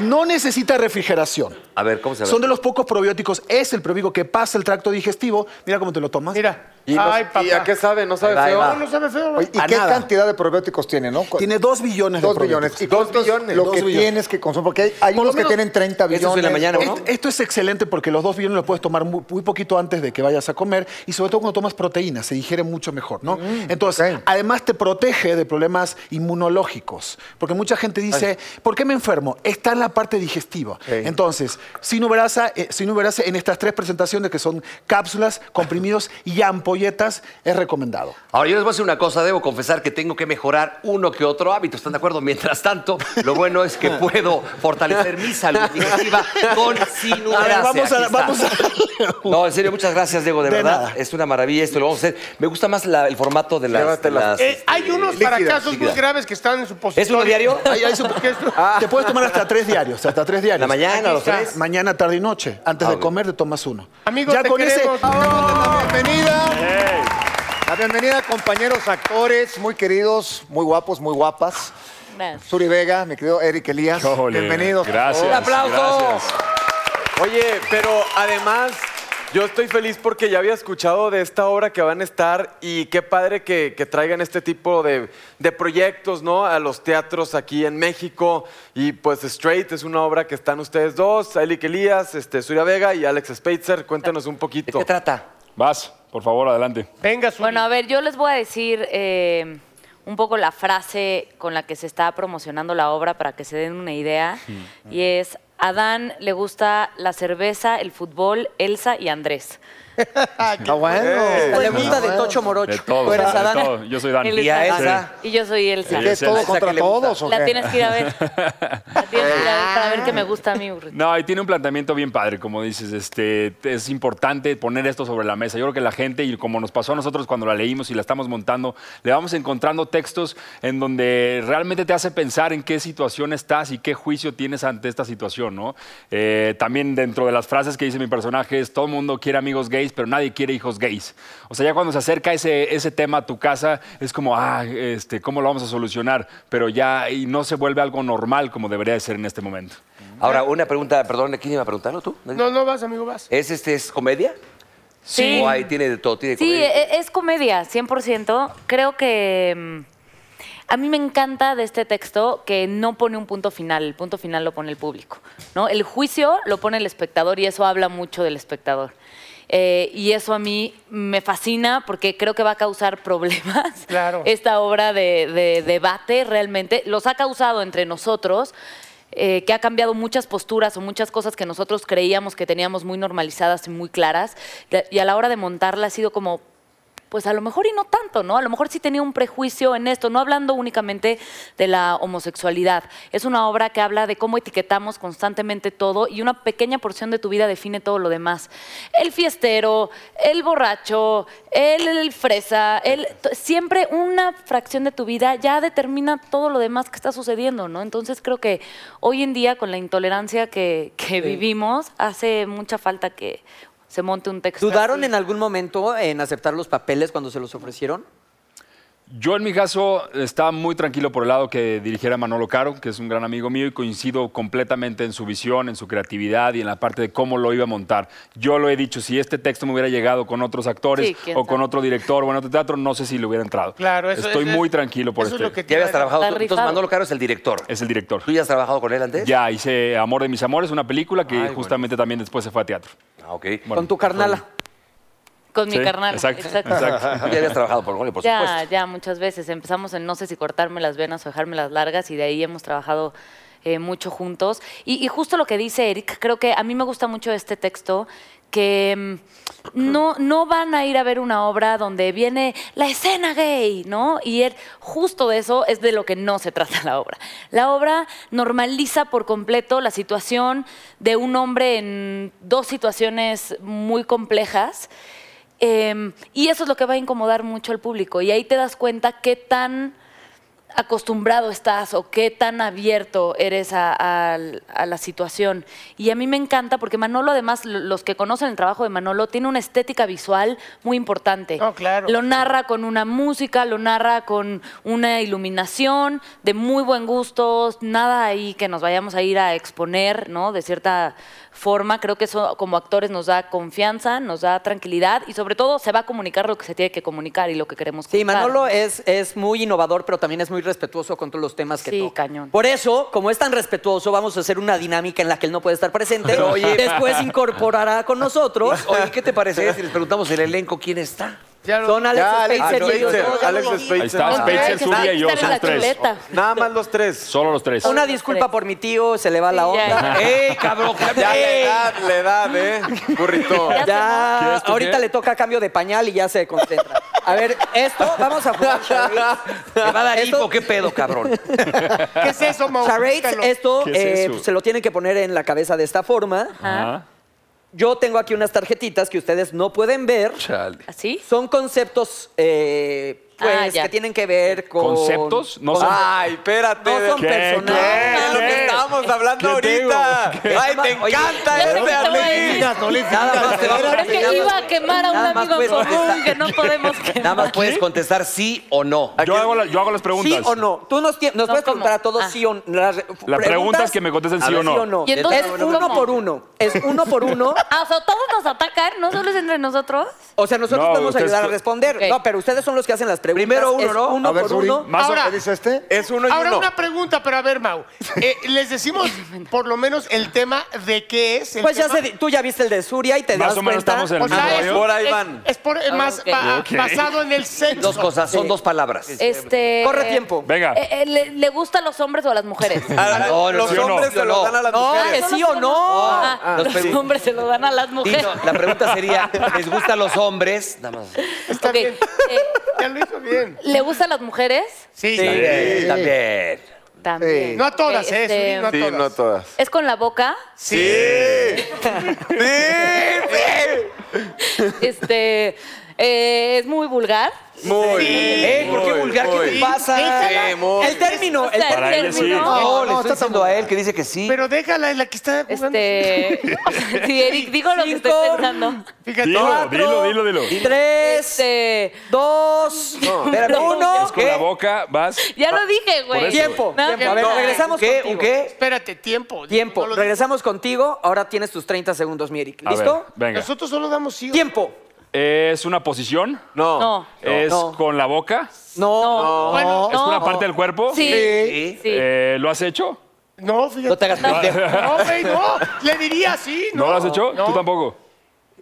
Speaker 6: No necesita refrigeración.
Speaker 1: A ver, ¿cómo se ve?
Speaker 6: Son de los pocos probióticos. Es el probiótico que pasa el tracto digestivo. Mira cómo te lo tomas.
Speaker 4: Mira.
Speaker 3: ¿Y, no-
Speaker 4: Ay,
Speaker 3: y
Speaker 4: papá.
Speaker 3: a qué sabe? ¿No sabe
Speaker 1: Ahí va, ahí
Speaker 3: feo?
Speaker 1: va.
Speaker 4: No, no sabe feo.
Speaker 5: Oye, ¿Y
Speaker 6: A
Speaker 5: qué
Speaker 6: nada.
Speaker 5: cantidad de probióticos tiene, no? Cu-
Speaker 6: Tiene dos billones de
Speaker 5: Dos
Speaker 6: probióticos.
Speaker 5: billones. ¿Y
Speaker 3: Dos
Speaker 5: cuántos
Speaker 3: billones.
Speaker 5: Lo
Speaker 3: Dos
Speaker 5: que
Speaker 3: billones.
Speaker 5: tienes que consumir, porque hay, hay
Speaker 6: Por lo
Speaker 5: unos que
Speaker 6: menos-
Speaker 5: tienen 30
Speaker 1: Eso es
Speaker 5: billones.
Speaker 1: en la mañana, ¿no?
Speaker 6: Est- Esto es excelente porque los dos billones los puedes tomar muy, muy poquito antes de que vayas a comer y sobre todo cuando tomas proteínas, se digiere mucho mejor, ¿no? Entonces,
Speaker 5: Mm, ok.
Speaker 6: además te protege de problemas inmunológicos, porque mucha gente dice, ¿por qué me enfermo? Está en la parte digestiva. Entonces, sinuberasa, eh, sinuberasa en estas tres presentaciones que son cápsulas, comprimidos y ampolletas es recomendado.
Speaker 1: Ahora, yo les voy a decir una cosa. Debo confesar que tengo que mejorar uno que otro hábito. ¿Están de acuerdo? Mientras tanto, lo bueno es que puedo fortalecer mi salud digestiva con sinuberase.
Speaker 6: A ver, vamos
Speaker 1: Aquí
Speaker 6: a...
Speaker 1: está.
Speaker 6: Vamos a...
Speaker 1: No, en serio, muchas gracias, Diego, de,
Speaker 6: De
Speaker 1: verdad.
Speaker 6: nada.
Speaker 1: Es una maravilla esto, lo vamos a hacer. Me gusta más la- el formato de las...
Speaker 3: Llévatelas.
Speaker 1: de las-
Speaker 4: Eh, hay unos para
Speaker 3: líquidas,
Speaker 4: casos muy
Speaker 1: líquidas.
Speaker 4: graves que están en su posición.
Speaker 1: ¿Es uno diario?
Speaker 6: Ahí
Speaker 4: [LAUGHS]
Speaker 6: hay su- Ah. Te puedes tomar hasta tres diarios, hasta tres diarios.
Speaker 1: ¿La mañana, los tres?
Speaker 6: Mañana, tarde y noche. Antes
Speaker 1: Ah,
Speaker 6: de
Speaker 1: ok.
Speaker 6: comer te tomas uno.
Speaker 4: Amigos,
Speaker 6: ya
Speaker 4: te
Speaker 6: con ese.
Speaker 4: queremos.
Speaker 5: La bienvenida. La bienvenida, compañeros actores, muy queridos, muy guapos, muy guapas.
Speaker 7: Gracias.
Speaker 5: Suri Vega, mi querido Eric Elías.
Speaker 8: Híjole,
Speaker 5: Bienvenidos.
Speaker 8: Gracias.
Speaker 1: Un aplauso.
Speaker 8: gracias.
Speaker 3: Oye, pero además yo estoy feliz porque ya había escuchado de esta obra que van a estar y qué padre que, que traigan este tipo de, de proyectos, ¿no? A los teatros aquí en México y pues Straight es una obra que están ustedes dos, Elick Elías, este, Surya Vega y Alex Spitzer. Cuéntanos un
Speaker 1: ¿De
Speaker 3: poquito.
Speaker 1: qué trata?
Speaker 8: Vas, por favor, adelante.
Speaker 4: Venga, su...
Speaker 7: Bueno, a ver, yo les voy a decir eh, un poco la frase con la que se está promocionando la obra para que se den una idea. Y es, a Dan le gusta la cerveza, el fútbol, Elsa y Andrés.
Speaker 3: Ah,
Speaker 7: pues,
Speaker 5: Está bueno.
Speaker 2: Le gusta de Tocho Morocho.
Speaker 8: De todo,
Speaker 2: Tú eres
Speaker 8: de
Speaker 2: Adán.
Speaker 8: todo. Yo soy Dan.
Speaker 7: Él
Speaker 1: Y
Speaker 7: es
Speaker 1: a
Speaker 7: Adán.
Speaker 1: Elsa.
Speaker 7: Y yo soy Elsa.
Speaker 5: ¿Qué,
Speaker 8: Esa-
Speaker 5: todo
Speaker 8: esa
Speaker 5: contra todos o
Speaker 7: La
Speaker 5: qué?
Speaker 7: tienes que ir a ver. La tienes que ir a ver para ver qué me gusta a
Speaker 2: [LAUGHS]
Speaker 7: mí, burrito.
Speaker 8: No, y tiene un planteamiento bien padre, como dices, este, es importante poner esto sobre la mesa. Yo creo que la gente, y como nos pasó a nosotros cuando la leímos y la estamos montando, le vamos encontrando textos en donde realmente te hace pensar en qué situación estás y qué juicio tienes ante esta situación, ¿no? Eh, también dentro de las frases que dice mi personaje es, todo el mundo quiere amigos gays, pero nadie quiere hijos gays. O sea, ya cuando se acerca ese, ese tema a tu casa, es como, ah, este, ¿cómo lo vamos a solucionar? Pero ya y no se vuelve algo normal como debería de ser en este momento.
Speaker 1: Ahora, una pregunta, perdón, ¿quién iba a preguntarlo tú?
Speaker 4: No, no vas, amigo, vas.
Speaker 1: ¿Es, este, ¿Es comedia?
Speaker 7: Sí.
Speaker 1: ¿O ahí tiene de todo? Tiene
Speaker 7: Sí,
Speaker 1: comedia?
Speaker 7: e- es comedia, 100%. Creo que mm, a mí me encanta de este texto que no pone un punto final, el punto final lo pone el público. ¿no? El juicio lo pone el espectador y eso habla mucho del espectador. Eh, y eso a mí me fascina porque creo que va a causar [LAUGHS] problemas
Speaker 4: Claro.
Speaker 7: esta obra de, de debate realmente. Los ha causado entre nosotros. eh, que ha cambiado muchas posturas o muchas cosas que nosotros creíamos que teníamos muy normalizadas y muy claras. Y a la hora de montarla ha sido como, pues a lo mejor y no tanto, ¿no? A lo mejor sí tenía un prejuicio en esto, no hablando únicamente de la homosexualidad. Es una obra que habla de cómo etiquetamos constantemente todo y una pequeña porción de tu vida define todo lo demás. El fiestero, el borracho, el fresa, el t- siempre una fracción de tu vida ya determina todo lo demás que está sucediendo, ¿no? Entonces creo que hoy en día con la intolerancia que, que vivimos hace mucha falta que se monte un texto.
Speaker 2: ¿Dudaron
Speaker 7: así.
Speaker 2: en algún momento en aceptar los papeles cuando se los ofrecieron?
Speaker 8: Yo en mi caso estaba muy tranquilo por el lado que dirigiera Manolo Caro, que es un gran amigo mío y coincido completamente en su visión, en su creatividad y en la parte de cómo lo iba a montar. Yo lo he dicho, si este texto me hubiera llegado con otros actores
Speaker 7: Sí, quién
Speaker 8: o con
Speaker 7: sabe.
Speaker 8: otro director o en otro teatro, no sé si le hubiera entrado.
Speaker 4: Claro, eso
Speaker 8: Estoy
Speaker 4: eso
Speaker 8: muy tranquilo por
Speaker 4: eso
Speaker 8: este.
Speaker 4: es lo que te
Speaker 1: Ya
Speaker 4: iba
Speaker 1: habías
Speaker 4: a decir.
Speaker 1: trabajado.
Speaker 7: Está
Speaker 1: tú. Entonces,
Speaker 7: rifado.
Speaker 1: Manolo Caro es el director.
Speaker 8: Es el director.
Speaker 1: ¿Tú ya has trabajado con él antes?
Speaker 8: Ya hice Amor de mis amores, una película que justamente también después se fue a teatro.
Speaker 1: Ah, ok.
Speaker 8: Bueno,
Speaker 2: Con tu carnala.
Speaker 7: Con
Speaker 8: Sí,
Speaker 7: mi carnal.
Speaker 8: exacto,
Speaker 7: exacto.
Speaker 8: exacto.
Speaker 1: Tú [LAUGHS] ya habías trabajado por- con él, por
Speaker 7: Ya,
Speaker 1: supuesto.
Speaker 7: ya, muchas veces. Empezamos en no sé si cortarme las venas o dejarme las largas y de ahí hemos trabajado eh, mucho juntos. Y, y justo lo que dice Eric, creo que a mí me gusta mucho este texto que mm, no, no van a ir a ver una obra donde viene la escena gay, ¿no? Y él, justo de eso es de lo que no se trata la obra. La obra normaliza por completo la situación de un hombre en dos situaciones muy complejas. Em, Eh, y eso es lo que va a incomodar mucho al público. Y ahí te das cuenta qué tan acostumbrado estás o qué tan abierto eres a, a- a la situación. Y a mí me encanta porque Manolo, además, lo- los que conocen el trabajo de Manolo, tiene una estética visual muy importante.
Speaker 4: No, claro.
Speaker 7: Lo narra con una música, lo narra con una iluminación de muy buen gusto, nada ahí que nos vayamos a ir a exponer, ¿no? De cierta forma, creo que eso como actores nos da confianza, nos da tranquilidad y sobre todo se va a comunicar lo que se tiene que comunicar y lo que queremos
Speaker 2: Sí,
Speaker 7: contar.
Speaker 2: Manolo es, es muy innovador, pero también es muy respetuoso con todos los temas que
Speaker 7: Sí,
Speaker 2: toca.
Speaker 7: cañón.
Speaker 2: Por eso, como es tan respetuoso, vamos
Speaker 1: [LAUGHS]
Speaker 2: a hacer una dinámica en la que él no puede estar presente. Después incorporará con nosotros.
Speaker 1: Oye, ¿qué te
Speaker 2: [LAUGHS]
Speaker 1: parece si les preguntamos el elenco quién está?
Speaker 4: Ya lo-
Speaker 2: Son Alex
Speaker 3: Ya, Alex
Speaker 2: Spencer y ellos
Speaker 3: Spencer,
Speaker 2: dos.
Speaker 3: Alex Ah, Spencer.
Speaker 8: Ahí está,
Speaker 7: Con tres,
Speaker 8: Spencer,
Speaker 7: que está-
Speaker 8: Zubia y yo,
Speaker 7: está en
Speaker 8: son
Speaker 7: la
Speaker 8: los tres.
Speaker 7: chuleta.
Speaker 3: Nada más los tres.
Speaker 8: Solo los tres.
Speaker 2: Una disculpa por mi tío, se le va la
Speaker 7: Sí, ya.
Speaker 2: onda. [LAUGHS] ¡Ey, cabrón!
Speaker 3: Ya la
Speaker 2: ey.
Speaker 3: edad, la edad, ¿eh? Burrito.
Speaker 7: Ya.
Speaker 2: Ya,
Speaker 8: ¿Quieres tu
Speaker 2: ahorita
Speaker 8: qué?
Speaker 2: le toca cambio de pañal y ya se concentra. A ver, esto, vamos a jugar charades.
Speaker 1: ¿Te va a [LAUGHS] dar
Speaker 2: Esto-
Speaker 1: hipo? ¿Qué pedo, cabrón?
Speaker 4: [LAUGHS] ¿Qué es eso, Mau?
Speaker 2: Charades,
Speaker 4: Explícalo.
Speaker 2: esto
Speaker 8: ¿Qué es
Speaker 2: eh,
Speaker 8: eso?
Speaker 2: se lo tienen que poner en la cabeza de esta forma.
Speaker 1: ah,
Speaker 8: Ajá.
Speaker 2: Yo tengo aquí unas tarjetitas que ustedes no pueden ver.
Speaker 1: Chale.
Speaker 7: ¿Así?
Speaker 2: Son conceptos eh, pues,
Speaker 7: Ah, ya.
Speaker 2: que tienen que ver con...
Speaker 8: ¿Conceptos? No
Speaker 2: con-
Speaker 8: son-
Speaker 3: Ay, espérate.
Speaker 2: No son
Speaker 8: ¿Qué?
Speaker 2: personajes.
Speaker 3: ¿Qué? Es lo que estábamos hablando
Speaker 8: ¿Qué te
Speaker 3: ahorita. Ay, te
Speaker 2: Oye,
Speaker 3: encanta
Speaker 7: ya
Speaker 3: este
Speaker 7: te voy a decir.
Speaker 3: Arlequín.
Speaker 5: No le
Speaker 2: Nada más te vamos
Speaker 7: Pero es
Speaker 2: nada
Speaker 7: que iba
Speaker 2: más-
Speaker 7: a quemar a un
Speaker 2: nada más
Speaker 7: amigo en
Speaker 2: puedes
Speaker 7: común
Speaker 2: contestar-
Speaker 7: que no podemos
Speaker 1: [LAUGHS]
Speaker 7: quemar.
Speaker 1: Nada más puedes contestar sí o no.
Speaker 8: Yo hago, la- yo hago las preguntas.
Speaker 2: ¿Sí o no? Tú nos, tie- nos puedes
Speaker 7: ¿cómo?
Speaker 2: preguntar a todos
Speaker 7: Ah.
Speaker 2: sí o no. Las re-
Speaker 8: pregunta
Speaker 2: preguntas-
Speaker 8: es que me contesten
Speaker 2: a
Speaker 8: sí o
Speaker 2: ver,
Speaker 8: no.
Speaker 7: Y entonces,
Speaker 2: es
Speaker 7: ¿cómo?
Speaker 2: uno por uno. Es uno por uno.
Speaker 7: [LAUGHS] Ah, o sea, todos nos atacan, no solo es entre nosotros.
Speaker 2: O sea, nosotros
Speaker 8: No,
Speaker 2: podemos
Speaker 8: ustedes
Speaker 2: ayudar a
Speaker 8: co-
Speaker 2: responder.
Speaker 7: Ok.
Speaker 2: No, pero ustedes son los que hacen las preguntas.
Speaker 1: Primero uno,
Speaker 2: Es
Speaker 1: ¿no?
Speaker 2: Uno
Speaker 5: A ver,
Speaker 2: por
Speaker 5: Zuri,
Speaker 2: uno.
Speaker 5: más o-
Speaker 4: Ahora.
Speaker 5: ¿qué dice este?
Speaker 3: Es uno y
Speaker 4: Ahora
Speaker 3: uno.
Speaker 4: una pregunta, pero a ver, Mau. Eh, les decimos por lo menos el tema de qué es. el
Speaker 2: Pues ya
Speaker 4: tema?
Speaker 2: se, di- tú ya viste el de Suria y te
Speaker 8: Más
Speaker 2: das
Speaker 8: o menos
Speaker 2: cuenta.
Speaker 8: estamos en el
Speaker 4: O sea,
Speaker 8: mismo
Speaker 4: es-
Speaker 8: rollo.
Speaker 3: Por ahí
Speaker 4: es-
Speaker 3: van.
Speaker 4: Es por, eh, más
Speaker 7: Ok.
Speaker 4: ba-
Speaker 8: Ok.
Speaker 4: basado en el sexo.
Speaker 1: Dos cosas, son dos palabras.
Speaker 7: Este,
Speaker 2: Corre
Speaker 7: eh,
Speaker 2: tiempo.
Speaker 8: Venga.
Speaker 7: eh, eh, ¿le, le gusta a los hombres o a las mujeres?
Speaker 3: A-
Speaker 1: No, no,
Speaker 3: los
Speaker 8: sí o no.
Speaker 3: hombres se los dan a las
Speaker 2: No,
Speaker 3: mujeres.
Speaker 2: que sí o no.
Speaker 7: Ah,
Speaker 1: ah,
Speaker 7: los
Speaker 1: los pregun-
Speaker 7: hombres se lo dan a las mujeres.
Speaker 1: Dino, la pregunta sería, ¿les gustan los hombres? Nada más.
Speaker 4: Está
Speaker 7: Ok,
Speaker 4: bien.
Speaker 7: eh,
Speaker 4: Ya lo hizo bien.
Speaker 7: ¿Le gustan las mujeres?
Speaker 4: Sí.
Speaker 1: También, también.
Speaker 7: También.
Speaker 4: No a todas,
Speaker 7: Ok,
Speaker 4: eh,
Speaker 7: este,
Speaker 4: Zuri, no a
Speaker 3: Sí, no todas.
Speaker 7: ¿Es con la boca?
Speaker 3: Sí.
Speaker 7: [LAUGHS] Este, eh, ¿Es muy vulgar?
Speaker 3: Muy.
Speaker 1: Eh, ¿por qué vulgar? ¿Qué te pasa?
Speaker 3: Sí, muy.
Speaker 2: Eh, El término. El
Speaker 7: O sea,
Speaker 2: término.
Speaker 8: Para ella sí.
Speaker 1: No,
Speaker 7: ¿no?
Speaker 1: le estoy diciendo a él que dice que sí.
Speaker 4: Pero déjala, es la que está jugando.
Speaker 7: Este,
Speaker 4: [LAUGHS]
Speaker 7: sí, Eric, digo lo que estoy
Speaker 2: Cinco.
Speaker 7: pensando.
Speaker 4: Fíjate.
Speaker 8: Dilo,
Speaker 2: Cuatro,
Speaker 8: dilo, dilo, dilo.
Speaker 2: Tres,
Speaker 7: Este,
Speaker 2: dos,
Speaker 1: Espérame,
Speaker 2: uno. Ah,
Speaker 8: Es con
Speaker 1: ¿qué?
Speaker 8: la boca, vas.
Speaker 7: ya lo dije, güey.
Speaker 2: Tiempo,
Speaker 7: No,
Speaker 2: tiempo. A ver,
Speaker 7: no.
Speaker 2: regresamos
Speaker 1: ¿Qué?
Speaker 2: contigo.
Speaker 1: ¿Un qué?
Speaker 4: Espérate, tiempo.
Speaker 2: Tiempo.
Speaker 4: No lo-
Speaker 2: Regresamos contigo. Ahora tienes tus 30 segundos, mi Eric.
Speaker 8: A ver,
Speaker 2: ¿Listo?
Speaker 8: venga.
Speaker 4: Nosotros solo damos sí. o-
Speaker 2: Tiempo.
Speaker 8: ¿Es una posición?
Speaker 3: No.
Speaker 7: No.
Speaker 8: ¿Es
Speaker 2: No.
Speaker 8: con la boca?
Speaker 2: No.
Speaker 4: Bueno,
Speaker 8: ¿Es una parte del cuerpo?
Speaker 7: Sí.
Speaker 1: Sí.
Speaker 7: sí.
Speaker 8: Eh, ¿Lo has hecho?
Speaker 4: no, fíjate.
Speaker 1: No te hagas pendejo.
Speaker 4: [LAUGHS] No, güey, no. Le diría sí,
Speaker 8: [LAUGHS] ¿No,
Speaker 4: ¿no?
Speaker 8: lo has hecho?
Speaker 4: No.
Speaker 8: ¿Tú tampoco?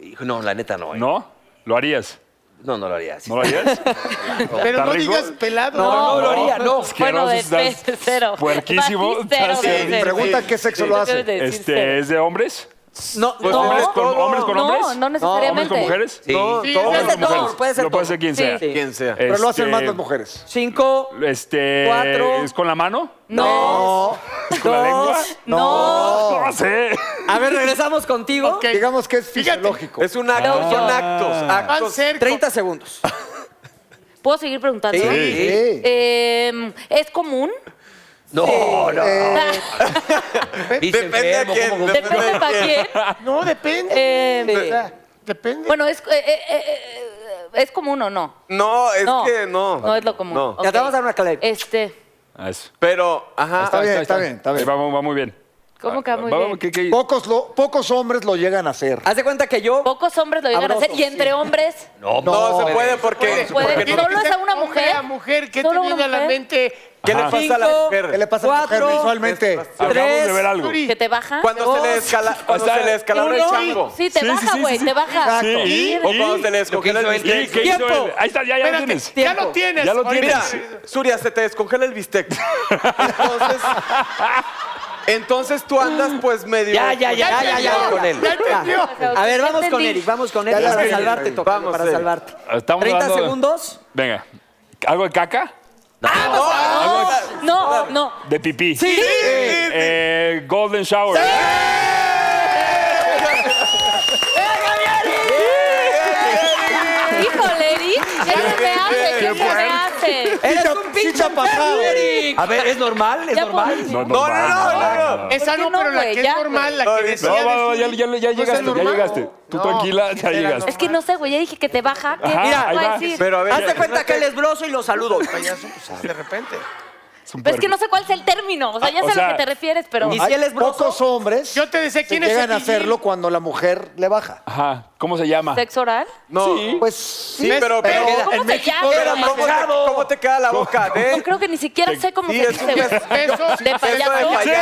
Speaker 1: Hijo, No, la neta no. eh.
Speaker 8: ¿No? ¿Lo harías?
Speaker 1: No, no lo haría así.
Speaker 8: ¿No
Speaker 1: [LAUGHS]
Speaker 8: lo harías?
Speaker 4: Pero
Speaker 8: ¿Está
Speaker 4: no
Speaker 8: rico?
Speaker 4: digas pelado.
Speaker 2: No, lo haría, no.
Speaker 7: Bueno, de
Speaker 8: Asqueroso,
Speaker 7: de-
Speaker 8: estás
Speaker 7: cero.
Speaker 2: [LAUGHS]
Speaker 8: puerquísimo,
Speaker 7: Para ti, cero,
Speaker 8: estás
Speaker 7: de-
Speaker 8: cerdo.
Speaker 7: de-
Speaker 5: Pregunta qué sexo lo hace.
Speaker 7: de- de-
Speaker 8: Este, ¿Es de hombres?
Speaker 2: No,
Speaker 8: Pues,
Speaker 2: no.
Speaker 8: ¿Hombres con
Speaker 2: todo.
Speaker 8: hombres? con
Speaker 7: No,
Speaker 8: hombres?
Speaker 7: no necesariamente.
Speaker 8: ¿Hombres con mujeres?
Speaker 1: Sí.
Speaker 4: Sí,
Speaker 8: ¿Hombres
Speaker 4: es
Speaker 2: Puede
Speaker 4: de
Speaker 8: con
Speaker 2: ser
Speaker 4: todo.
Speaker 8: mujeres?
Speaker 2: todo, puede ser
Speaker 8: Lo puede
Speaker 2: todo.
Speaker 8: ser quien
Speaker 7: Sí.
Speaker 8: sea.
Speaker 2: Sí.
Speaker 3: Quien sea.
Speaker 5: Pero lo hacen
Speaker 8: Este,
Speaker 5: más las mujeres.
Speaker 2: Cinco,
Speaker 8: Este,
Speaker 2: Cuatro.
Speaker 8: ¿Es con la mano?
Speaker 7: No.
Speaker 8: ¿Es con la lengua?
Speaker 7: No.
Speaker 8: No sé.
Speaker 2: A ver, regresamos contigo.
Speaker 4: Ok.
Speaker 5: Digamos que es
Speaker 4: Fíjate.
Speaker 5: fisiológico.
Speaker 3: Es un acto,
Speaker 7: No.
Speaker 3: son actos,
Speaker 4: Van
Speaker 3: actos.
Speaker 4: cerca.
Speaker 2: 30 segundos.
Speaker 7: ¿Puedo seguir preguntando?
Speaker 5: Sí.
Speaker 7: Eh, ¿Es común?
Speaker 1: No, no.
Speaker 2: Eh.
Speaker 1: Dice
Speaker 3: Depende a
Speaker 1: enfermo,
Speaker 3: quién,
Speaker 1: ¿cómo-
Speaker 3: depende.
Speaker 7: Depende para quién.
Speaker 4: No, depende.
Speaker 7: Eh,
Speaker 4: O sea, depende.
Speaker 7: bueno, es, eh, eh, eh, ¿es común o no?
Speaker 3: No, es que no.
Speaker 7: No es lo común.
Speaker 3: No.
Speaker 7: Ok.
Speaker 2: Ya te vamos a dar una clave.
Speaker 7: Este,
Speaker 8: Ah, eso.
Speaker 3: Pero, ajá.
Speaker 5: Está bien,
Speaker 8: Ahí
Speaker 5: está bien, está
Speaker 8: Ahí
Speaker 5: bien.
Speaker 8: Va, va muy bien.
Speaker 7: ¿cómo que va muy
Speaker 8: Va- va-
Speaker 7: bien?
Speaker 8: ¿qué- qué-
Speaker 5: Pocos, lo- pocos hombres lo llegan a hacer.
Speaker 2: Haz de cuenta que yo.
Speaker 7: Pocos hombres lo llegan a hacer.
Speaker 2: Sabroso,
Speaker 7: Y entre hombres,
Speaker 1: No,
Speaker 3: No, se puede
Speaker 4: Puede,
Speaker 3: porque.
Speaker 7: puede.
Speaker 3: porque
Speaker 4: Tiene
Speaker 3: no-
Speaker 7: ¿Solo
Speaker 4: que
Speaker 7: es a
Speaker 4: ser
Speaker 7: una
Speaker 4: hombre
Speaker 7: mujer?
Speaker 4: a mujer, ¿qué te
Speaker 7: ¿Solo a una
Speaker 4: viene a la
Speaker 7: mujer?
Speaker 4: mente?
Speaker 3: ¿Qué le pasa a la
Speaker 2: Cinco.
Speaker 5: ¿Qué le
Speaker 3: mujer?
Speaker 5: pasa a la mujer
Speaker 2: Cuatro.
Speaker 5: visualmente?
Speaker 8: Acabamos de
Speaker 2: Tres.
Speaker 8: ver algo.
Speaker 4: Yuri.
Speaker 7: que te baja.
Speaker 3: Cuando se le,
Speaker 2: Dos.
Speaker 3: escala, cuando
Speaker 8: O sea,
Speaker 3: se le escalaron el
Speaker 2: uno.
Speaker 3: chango.
Speaker 7: Sí, te
Speaker 8: Sí, sí,
Speaker 7: baja,
Speaker 8: sí,
Speaker 7: güey,
Speaker 8: sí,
Speaker 7: te
Speaker 8: sí.
Speaker 7: baja.
Speaker 8: Sí,
Speaker 7: Y-
Speaker 8: y-
Speaker 3: O cuando se le descongela el
Speaker 1: hizo él,
Speaker 8: ¿Y
Speaker 3: bistec.
Speaker 8: qué hizo
Speaker 2: ¡Tiempo!
Speaker 8: él? Ahí está, ya, ya lo
Speaker 4: Espérate,
Speaker 8: tienes.
Speaker 4: ya
Speaker 2: Tiempo.
Speaker 4: lo tienes.
Speaker 8: Ya lo
Speaker 4: Ahorita.
Speaker 8: tienes.
Speaker 3: Mira, Suria, se te descongela el bistec. Entonces, entonces tú andas pues medio...
Speaker 2: Ya, ya, ya, ya, ya, ya.
Speaker 3: con él.
Speaker 4: Ya entendió.
Speaker 2: A ver, vamos con
Speaker 7: Entendí.
Speaker 2: Eric, vamos con Eric
Speaker 5: Ya, ya,
Speaker 2: para
Speaker 5: ya, ya,
Speaker 2: salvarte,
Speaker 5: ya.
Speaker 2: Tocayo,
Speaker 3: Vamos,
Speaker 2: para
Speaker 3: Eric.
Speaker 2: salvarte.
Speaker 8: Estamos
Speaker 2: 30
Speaker 8: hablando de-
Speaker 2: segundos. Ah, pues,
Speaker 8: Venga. ¿Algo de caca?
Speaker 7: Ah,
Speaker 5: Oh,
Speaker 7: No, no.
Speaker 8: De pipí. Sí. Eh, golden shower.
Speaker 7: Híjole, Eric, ya no me hace? ¿Qué se hace?
Speaker 2: ¡Eres un pinche papá!
Speaker 1: A ver, ¿es normal? ¿Es
Speaker 7: Ya
Speaker 1: normal?
Speaker 7: por-
Speaker 8: No, no, no, no.
Speaker 4: Esa
Speaker 7: ¿Por qué
Speaker 4: no,
Speaker 7: no,
Speaker 4: pero la
Speaker 7: güey?
Speaker 4: que es
Speaker 7: Ya,
Speaker 4: normal, la que decía.
Speaker 8: No, va,
Speaker 4: de
Speaker 8: va,
Speaker 4: su-
Speaker 8: ya, ya- ya
Speaker 4: ¿No es
Speaker 8: llegaste, ya
Speaker 4: normal?
Speaker 8: llegaste. Tú
Speaker 4: No,
Speaker 8: tranquila, ya
Speaker 4: era
Speaker 8: llegaste.
Speaker 7: Es que no sé, güey. Ya dije que te baja. ¿Qué,
Speaker 8: Ajá,
Speaker 7: Mira,
Speaker 8: ahí va.
Speaker 7: decir?
Speaker 3: Pero a ver,
Speaker 2: Haz de cuenta que él es broso y lo saludo.
Speaker 4: Payaso, pues, de repente.
Speaker 7: Pero es que no sé cuál es el término. O sea, ya
Speaker 8: O
Speaker 7: sé a
Speaker 8: sea,
Speaker 7: lo que te refieres, pero.
Speaker 2: ni
Speaker 7: Ay,
Speaker 2: si él es broso.
Speaker 5: Pocos hombres
Speaker 4: Yo te decía,
Speaker 5: que
Speaker 4: ¿quién es
Speaker 5: llegan a
Speaker 4: Cepillín?
Speaker 5: hacerlo cuando la mujer le baja.
Speaker 8: Ajá, ¿cómo se llama?
Speaker 7: ¿Sexo oral?
Speaker 3: No.
Speaker 5: Pues sí,
Speaker 3: Sí, pero, pero,
Speaker 7: ¿Cómo se llama?
Speaker 3: ¿cómo, te, cómo te queda la boca?
Speaker 7: No
Speaker 8: [LAUGHS]
Speaker 3: ¿Ves?
Speaker 7: creo que ni siquiera sé cómo
Speaker 3: ¿eh? Sí,
Speaker 7: se
Speaker 3: es
Speaker 7: dice,
Speaker 3: un
Speaker 7: güey.
Speaker 4: beso-
Speaker 7: ¿De
Speaker 3: beso de
Speaker 7: payaso?
Speaker 3: payaso.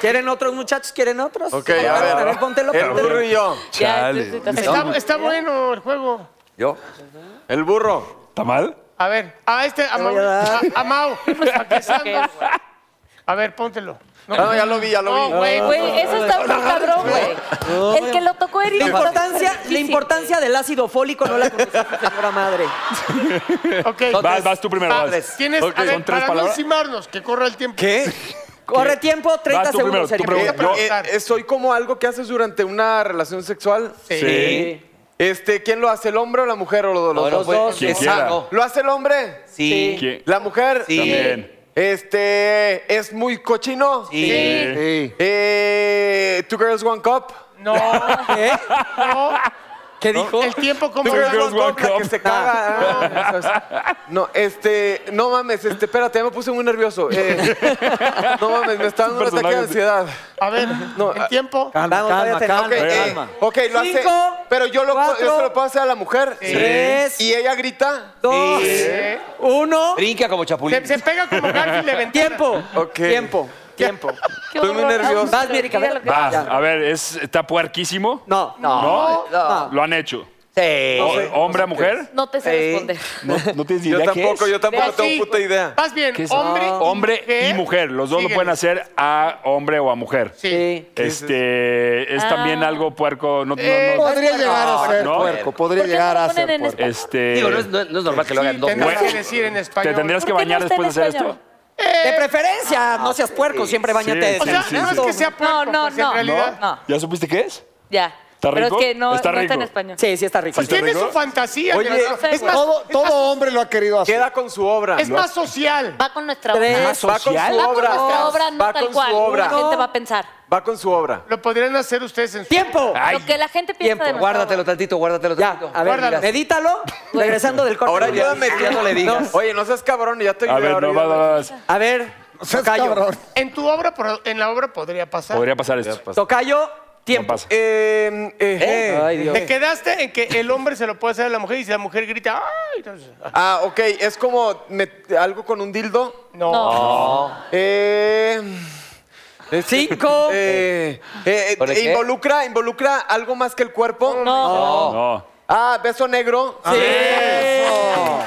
Speaker 2: ¿Quieren otros, muchachos? ¿Quieren otros?
Speaker 3: Ok, a ver.
Speaker 2: póntelo,
Speaker 3: el
Speaker 2: póntelo.
Speaker 3: burro y yo.
Speaker 7: Ya,
Speaker 8: Chale.
Speaker 7: esto- esto-
Speaker 4: Está, está bueno el juego.
Speaker 1: ¿Yo?
Speaker 3: El burro.
Speaker 8: ¿Está mal?
Speaker 4: A ver, a este, a Mau.
Speaker 2: voy a dar.
Speaker 4: A,
Speaker 7: [LAUGHS]
Speaker 4: a Mau.
Speaker 7: Pues,
Speaker 4: Pa' que salgas. A ver, póntelo. No,
Speaker 3: No, ya lo vi, ya lo
Speaker 4: no,
Speaker 3: vi.
Speaker 4: güey.
Speaker 7: Güey, eso está muy cabrón, güey. El que lo tocó
Speaker 2: La
Speaker 7: herido.
Speaker 2: importancia, la importancia del ácido fólico no la conoce su señora madre.
Speaker 4: [LAUGHS] Ok.
Speaker 8: Vas, vas tú primero.
Speaker 4: Ah,
Speaker 8: Vas.
Speaker 4: Tienes,
Speaker 8: Ok,
Speaker 4: a ver,
Speaker 8: son tres
Speaker 4: para no
Speaker 8: palabras.
Speaker 4: encimarnos, que corra el tiempo.
Speaker 3: ¿Qué?
Speaker 2: Corre tiempo, 30
Speaker 8: Vas tú primero,
Speaker 2: segundos.
Speaker 8: tú
Speaker 2: Sergio.
Speaker 8: primero.
Speaker 4: Yo-
Speaker 3: Eh, eh, ¿Soy como algo que haces durante una relación sexual?
Speaker 8: Sí.
Speaker 3: Este, ¿Quién lo hace, el hombre o la mujer? O los,
Speaker 1: No,
Speaker 3: los
Speaker 1: los
Speaker 3: dos.
Speaker 1: dos.
Speaker 8: Quien
Speaker 1: es
Speaker 8: quiera.
Speaker 1: sano.
Speaker 3: ¿Lo hace el hombre?
Speaker 1: Sí.
Speaker 8: ¿Quién?
Speaker 3: ¿La mujer?
Speaker 1: Sí.
Speaker 8: También.
Speaker 3: Este, ¿es muy cochino?
Speaker 1: Sí.
Speaker 5: sí.
Speaker 3: Eh, ¿Two Girls One Cup?
Speaker 4: No. No.
Speaker 2: ¿Qué dijo?
Speaker 4: El tiempo como
Speaker 3: Two
Speaker 8: Girls,
Speaker 4: no,
Speaker 3: Girls One
Speaker 8: One
Speaker 3: Cup, la
Speaker 8: Cup.
Speaker 3: que se caga. Ah, eso es. No, este, no mames, este, espérate, ya me puse muy nervioso.
Speaker 8: [LAUGHS]
Speaker 3: Eh, no mames, me está dando un
Speaker 8: Es un
Speaker 3: ataque de ansiedad.
Speaker 4: A ver,
Speaker 3: [LAUGHS] No,
Speaker 4: el
Speaker 3: ah,
Speaker 4: tiempo.
Speaker 2: Vamos,
Speaker 5: calma,
Speaker 2: todavía tenemos.
Speaker 3: Ok, eh,
Speaker 5: Calma.
Speaker 3: ok, lo hace.
Speaker 2: Cinco,
Speaker 3: Pero yo, lo, puedo- yo
Speaker 2: cuatro,
Speaker 3: se lo puedo hacer a la mujer.
Speaker 2: tres.
Speaker 3: Y ella grita.
Speaker 2: Dos, uno,
Speaker 1: Brinca como
Speaker 4: Se,
Speaker 1: chapulín.
Speaker 4: se pega como Garfield de ventana.
Speaker 2: tiempo,
Speaker 3: Ok.
Speaker 2: tiempo, tiempo.
Speaker 7: Qué
Speaker 3: Estoy muy
Speaker 7: horror.
Speaker 3: nervioso.
Speaker 2: Vas, Mérica, a ver.
Speaker 7: Mira lo que-
Speaker 8: Vas.
Speaker 2: Ya.
Speaker 8: A ver, ¿es, ¿está puerquísimo?
Speaker 2: No,
Speaker 8: No.
Speaker 2: no.
Speaker 8: Lo han hecho.
Speaker 1: Sí.
Speaker 8: O- ¿Hombre a mujer?
Speaker 7: No te sé
Speaker 2: Sí.
Speaker 7: responder.
Speaker 8: No, no tienes ni
Speaker 3: Yo
Speaker 8: idea
Speaker 3: tampoco,
Speaker 8: qué es.
Speaker 3: yo tampoco
Speaker 7: Pero
Speaker 3: tengo
Speaker 4: sí.
Speaker 3: puta idea.
Speaker 4: Vas bien,
Speaker 8: ¿Qué es? Ah,
Speaker 4: hombre, y
Speaker 8: Hombre y mujer. Los dos lo
Speaker 4: Síguele.
Speaker 8: pueden hacer a hombre o a mujer.
Speaker 4: Sí.
Speaker 8: Este, es también algo puerco. No, no,
Speaker 4: Eh,
Speaker 8: no.
Speaker 5: Podría llegar a ser
Speaker 8: ¿no?
Speaker 5: puerco, podría
Speaker 7: ¿Por qué
Speaker 5: llegar
Speaker 7: no
Speaker 5: a
Speaker 7: lo ponen
Speaker 5: ser
Speaker 7: en
Speaker 5: puerco.
Speaker 8: Este,
Speaker 1: Digo, no es, no es- no es normal que lo hagan dos.
Speaker 4: Tendrás
Speaker 8: Bueno.
Speaker 4: que decir en
Speaker 8: ¿Te
Speaker 4: español. Eh, ah,
Speaker 8: tendrías que
Speaker 7: ¿Por qué no
Speaker 8: bañar
Speaker 7: está en
Speaker 8: después de hacer
Speaker 7: español?
Speaker 8: esto?
Speaker 2: De preferencia, no seas puerco, siempre bañate
Speaker 8: Sí,
Speaker 2: de
Speaker 4: O sea,
Speaker 8: Sí, sí,
Speaker 4: nada más
Speaker 8: sí.
Speaker 4: que sea puerco,
Speaker 7: No, no,
Speaker 4: pues, en
Speaker 7: no.
Speaker 4: realidad.
Speaker 7: No,
Speaker 8: ¿Ya supiste qué es?
Speaker 7: ya.
Speaker 8: ¿Está
Speaker 7: Pero es
Speaker 8: rico?
Speaker 7: que no
Speaker 8: ¿Está
Speaker 7: está, no está en
Speaker 8: rico?
Speaker 7: español.
Speaker 2: Sí, sí está rico.
Speaker 4: Pues tiene su fantasía.
Speaker 3: Oye,
Speaker 4: pero no sé,
Speaker 7: es
Speaker 4: güey.
Speaker 5: Todo, todo hombre lo ha querido hacer.
Speaker 3: Queda con su obra.
Speaker 4: es más social.
Speaker 7: Va con nuestra obra.
Speaker 2: Tres,
Speaker 3: Va con su
Speaker 7: Va con
Speaker 3: obra.
Speaker 7: nuestra obra, no
Speaker 3: Va
Speaker 7: tal
Speaker 3: con
Speaker 7: cual.
Speaker 3: su
Speaker 7: La
Speaker 3: obra.
Speaker 7: gente va a pensar.
Speaker 3: Va con su obra.
Speaker 4: Lo podrían hacer ustedes en su...
Speaker 2: tiempo.
Speaker 7: Lo que la gente piensa
Speaker 2: Tiempo,
Speaker 7: de nosotros.
Speaker 1: Guárdatelo tantito, guárdatelo
Speaker 2: Ya,
Speaker 1: tantito.
Speaker 2: a ver,
Speaker 4: Guárdalo.
Speaker 2: medítalo, regresando del corte.
Speaker 3: Ahora ayúdame tú.
Speaker 1: Ya
Speaker 3: [LAUGHS]
Speaker 1: no le digas.
Speaker 3: Oye, no seas cabrón, ya te
Speaker 8: A
Speaker 3: ayudé,
Speaker 8: ver,
Speaker 3: ahora
Speaker 8: no, va,
Speaker 3: ayúdame.
Speaker 8: va, va.
Speaker 2: A ver,
Speaker 5: Seas
Speaker 2: tocayo,
Speaker 5: cabrón.
Speaker 4: En tu obra, por- en la obra podría pasar.
Speaker 8: Podría pasar esto.
Speaker 2: tocayo,
Speaker 8: No
Speaker 2: tiempo. Em,
Speaker 8: pasa.
Speaker 3: Eh, eh, eh.
Speaker 2: Ay, Dios.
Speaker 4: Te quedaste en que el hombre se lo puede hacer a la mujer y si la mujer grita, ¡ay! entonces-
Speaker 3: Ah, ok, es como me- algo con un dildo.
Speaker 4: No.
Speaker 3: Eh, este,
Speaker 2: Cinco.
Speaker 3: eh, eh,
Speaker 1: ¿Por
Speaker 3: eh,
Speaker 1: qué?
Speaker 3: involucra, involucra algo más que el cuerpo.
Speaker 7: No.
Speaker 8: No.
Speaker 3: Ah, beso negro.
Speaker 2: Sí.
Speaker 3: Ah.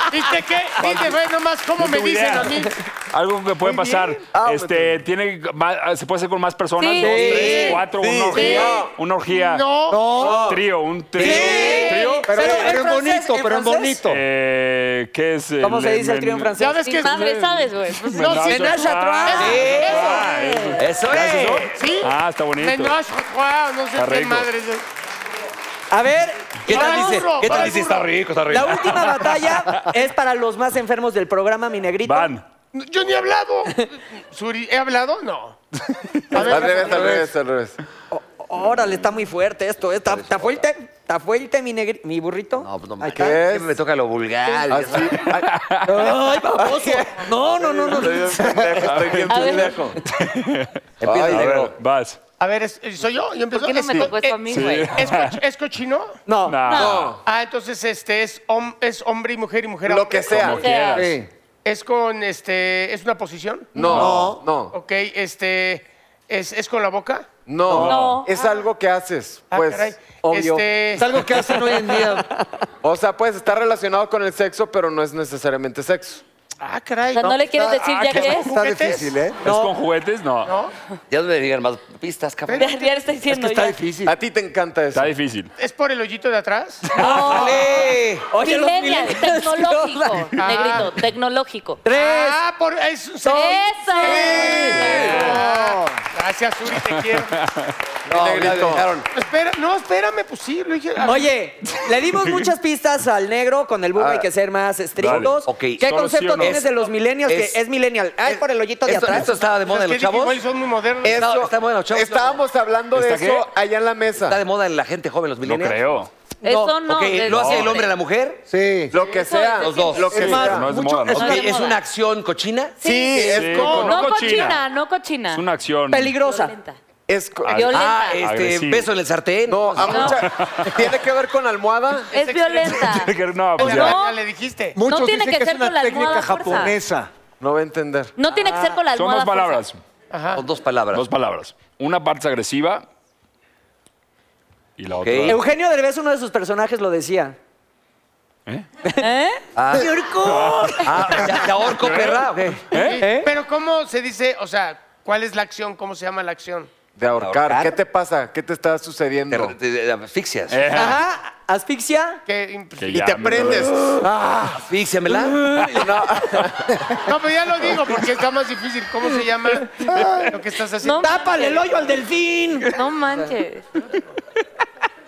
Speaker 7: [LAUGHS]
Speaker 4: ¿Viste qué? Viste, güey, nomás cómo me
Speaker 8: Tengo
Speaker 4: dicen
Speaker 8: idea.
Speaker 4: a mí.
Speaker 8: [LAUGHS] Algo que puede pasar.
Speaker 3: Ah,
Speaker 8: este, tiene, más- se puede hacer con más personas.
Speaker 7: Sí.
Speaker 8: Dos,
Speaker 7: Sí.
Speaker 8: tres, cuatro,
Speaker 3: Sí.
Speaker 8: una orgía.
Speaker 3: Sí.
Speaker 8: Una orgía.
Speaker 4: No.
Speaker 8: Un trío, un trío.
Speaker 2: Sí.
Speaker 8: un trío.
Speaker 5: Pero,
Speaker 2: Pero en
Speaker 5: pero es
Speaker 2: francés,
Speaker 5: bonito,
Speaker 2: en
Speaker 5: pero es
Speaker 2: francés.
Speaker 5: bonito.
Speaker 8: Eh, ¿Qué es?
Speaker 2: ¿Cómo
Speaker 8: el-
Speaker 2: se dice el trío en
Speaker 8: men-
Speaker 2: francés?
Speaker 4: Ya ves que
Speaker 7: Sin madre, ¿sabes, güey? Pues,
Speaker 4: No,
Speaker 8: menage
Speaker 4: sí,
Speaker 8: a
Speaker 4: menage
Speaker 8: trois.
Speaker 4: a
Speaker 8: Ah,
Speaker 4: trois.
Speaker 8: ah, eso.
Speaker 1: Eso
Speaker 8: ¿Ya haces
Speaker 1: es.
Speaker 8: eso?
Speaker 4: Sí.
Speaker 8: Ah, está bonito.
Speaker 4: Menage, wow, no sé
Speaker 8: Está
Speaker 4: qué
Speaker 8: rico.
Speaker 4: madre. es eso.
Speaker 2: A ver,
Speaker 1: ¿Qué
Speaker 4: Ay,
Speaker 1: tal dice?
Speaker 4: burro,
Speaker 1: ¿Qué tal
Speaker 4: ay,
Speaker 1: dice?
Speaker 4: burro.
Speaker 1: Está rico, está
Speaker 2: la
Speaker 1: rico.
Speaker 2: última batalla es para los más enfermos del programa, mi negrito.
Speaker 8: Van.
Speaker 4: No, Yo ni he
Speaker 2: [LAUGHS]
Speaker 4: hablado. Suri, ¿he hablado? No. A
Speaker 3: Al
Speaker 4: ver,
Speaker 3: revés, al revés, al revés.
Speaker 2: Órale, está muy fuerte esto. ¿eh? ¿Está, está fuerte? ¿Está fuerte mi, negri- mi burrito?
Speaker 1: No, pues no
Speaker 2: Ahí
Speaker 1: mames.
Speaker 2: está.
Speaker 1: [LAUGHS]
Speaker 3: ¿Qué
Speaker 1: Siempre me toca lo vulgar.
Speaker 3: Así. Ay,
Speaker 2: Ay, baboso. No, no, no, no.
Speaker 3: Estoy bien pendejo, [LAUGHS] estoy bien
Speaker 7: A ver.
Speaker 3: pendejo. [LAUGHS]
Speaker 1: Empieza
Speaker 3: Ay,
Speaker 8: A
Speaker 1: negro.
Speaker 8: ver, vas.
Speaker 4: a ver, es- ¿soy yo? ¿Yo empiezo?
Speaker 7: ¿Por qué no
Speaker 4: Es
Speaker 7: me
Speaker 4: co-
Speaker 7: tocó esto a
Speaker 4: eh,
Speaker 7: mí,
Speaker 8: Sí.
Speaker 7: güey?
Speaker 4: ¿Es, coch- es cochino?
Speaker 2: No.
Speaker 8: Nah.
Speaker 7: No.
Speaker 4: Ah, entonces este es, hom- es hombre y mujer y mujer. a
Speaker 3: Lo
Speaker 4: hombre.
Speaker 3: que sea.
Speaker 7: O sea,
Speaker 5: Sí.
Speaker 4: ¿Es con este. ¿Es una posición?
Speaker 3: No, no,
Speaker 4: Ok, este. ¿Es, es con la boca?
Speaker 3: no.
Speaker 7: No.
Speaker 3: Es algo que haces,
Speaker 4: Ah,
Speaker 3: pues,
Speaker 4: caray.
Speaker 3: obvio.
Speaker 4: Este-
Speaker 5: Es algo que hacen hoy en día.
Speaker 3: O sea, pues está relacionado con el sexo, pero no es necesariamente sexo.
Speaker 4: Ah, caray.
Speaker 7: o sea, no le quieres decir ya
Speaker 4: que
Speaker 7: qué es.
Speaker 5: Está
Speaker 4: ¿Juguetes?
Speaker 5: difícil, ¿eh?
Speaker 8: ¿Es con juguetes? No.
Speaker 4: ¿No?
Speaker 1: Ya no le digan más pistas, cabrón.
Speaker 7: [LAUGHS] Ya, ya le estoy diciendo
Speaker 5: Está
Speaker 7: ya.
Speaker 5: difícil.
Speaker 3: A ti te encanta eso.
Speaker 8: Está difícil.
Speaker 4: ¿Es por el hoyito de atrás?
Speaker 2: ¡Ole! Oye, los
Speaker 7: Millennial, [LAUGHS]
Speaker 2: millennials,
Speaker 7: tecnológico,
Speaker 2: ¿no?
Speaker 7: negrito, tecnológico.
Speaker 2: Tres.
Speaker 4: Ah, por. Es,
Speaker 7: ¡Eso!
Speaker 4: Gracias, Uri, te quiero.
Speaker 1: No, ya
Speaker 3: Negrito.
Speaker 1: dejaron.
Speaker 4: Espera, no, espérame, pues sí, lo dije. Ah,
Speaker 2: Oye,
Speaker 1: [LAUGHS]
Speaker 2: le dimos [LAUGHS] muchas pistas al negro, con el burro hay que ser más estrictos.
Speaker 1: Vale, Ah, ok.
Speaker 2: ¿Qué
Speaker 8: Solo
Speaker 2: concepto
Speaker 8: sí o no.
Speaker 2: tienes de los millennials?
Speaker 1: Es-
Speaker 2: que es millennial. Ay, por el hoyito de
Speaker 1: esto,
Speaker 2: atrás.
Speaker 1: esto estaba de moda en
Speaker 4: los
Speaker 1: los
Speaker 4: que Dick y Will
Speaker 1: chavos.
Speaker 4: son muy modernos.
Speaker 1: Eso-
Speaker 3: Eso-
Speaker 1: está bueno, chavos.
Speaker 3: Estábamos hablando de
Speaker 8: ¿Está qué?
Speaker 3: eso allá en la
Speaker 1: Está
Speaker 3: mesa.
Speaker 1: de moda en la gente joven, los
Speaker 8: No
Speaker 1: millennials.
Speaker 8: creo.
Speaker 7: Eso no.
Speaker 1: Ok,
Speaker 7: de-
Speaker 1: ¿Lo hace el hombre a la mujer?
Speaker 5: Sí.
Speaker 3: Lo que
Speaker 7: Eso
Speaker 3: sea.
Speaker 7: es
Speaker 1: Los dos.
Speaker 3: Lo que
Speaker 8: Es más,
Speaker 3: sea.
Speaker 8: no es moda,
Speaker 1: Ok,
Speaker 8: no
Speaker 7: de
Speaker 1: ¿es
Speaker 7: moda.
Speaker 1: una acción cochina?
Speaker 3: Sí, es
Speaker 8: Sí,
Speaker 3: como.
Speaker 8: no
Speaker 7: No cochina,
Speaker 8: cochina.
Speaker 7: no cochina.
Speaker 8: Es una acción.
Speaker 2: Peligrosa.
Speaker 7: Violenta.
Speaker 3: Es co-
Speaker 8: Ah,
Speaker 7: Violenta.
Speaker 1: Ah, este,
Speaker 8: Agresivo.
Speaker 1: beso en el sartén.
Speaker 3: No, a mucha- ¿Tiene que ver con almohada?
Speaker 7: es violenta.
Speaker 8: No, pues ya.
Speaker 7: No.
Speaker 4: Ah, Ya le dijiste.
Speaker 5: Muchos
Speaker 7: tiene
Speaker 5: dicen
Speaker 7: que
Speaker 5: que, es
Speaker 7: ser con la
Speaker 5: una técnica
Speaker 7: almohada a fuerza.
Speaker 5: japonesa.
Speaker 3: No va a entender.
Speaker 7: No tiene que ser con la
Speaker 8: Son
Speaker 7: almohada.
Speaker 8: dos
Speaker 7: fuerza.
Speaker 8: Ah, palabras.
Speaker 1: Con dos palabras.
Speaker 8: Dos palabras. Una parte es agresiva y la
Speaker 1: Ok.
Speaker 8: otra.
Speaker 2: Eugenio Derbez, uno de sus personajes, lo decía. [LAUGHS]
Speaker 7: ¿Eh?
Speaker 1: Ah, ¿te- te ahorco, perra? ¿Eh? Ok.
Speaker 4: Pero ¿cómo se dice, o sea, cuál es la acción? ¿Cómo se llama la acción?
Speaker 3: De ahorcar.
Speaker 1: ahorcar?
Speaker 3: ¿Qué te pasa? ¿Qué te está
Speaker 1: Te,
Speaker 3: sucediendo?
Speaker 1: te- te asfixias.
Speaker 8: Eh,
Speaker 2: Ajá, asfixia.
Speaker 4: Que
Speaker 8: que
Speaker 4: imp-
Speaker 8: ya me
Speaker 1: Ah. Asfixiamela.
Speaker 4: No, pero ya lo digo porque está más difícil. ¿Cómo se llama lo que estás haciendo?
Speaker 7: No,
Speaker 2: ¡Tápale el hoyo al delfín!
Speaker 7: no manches.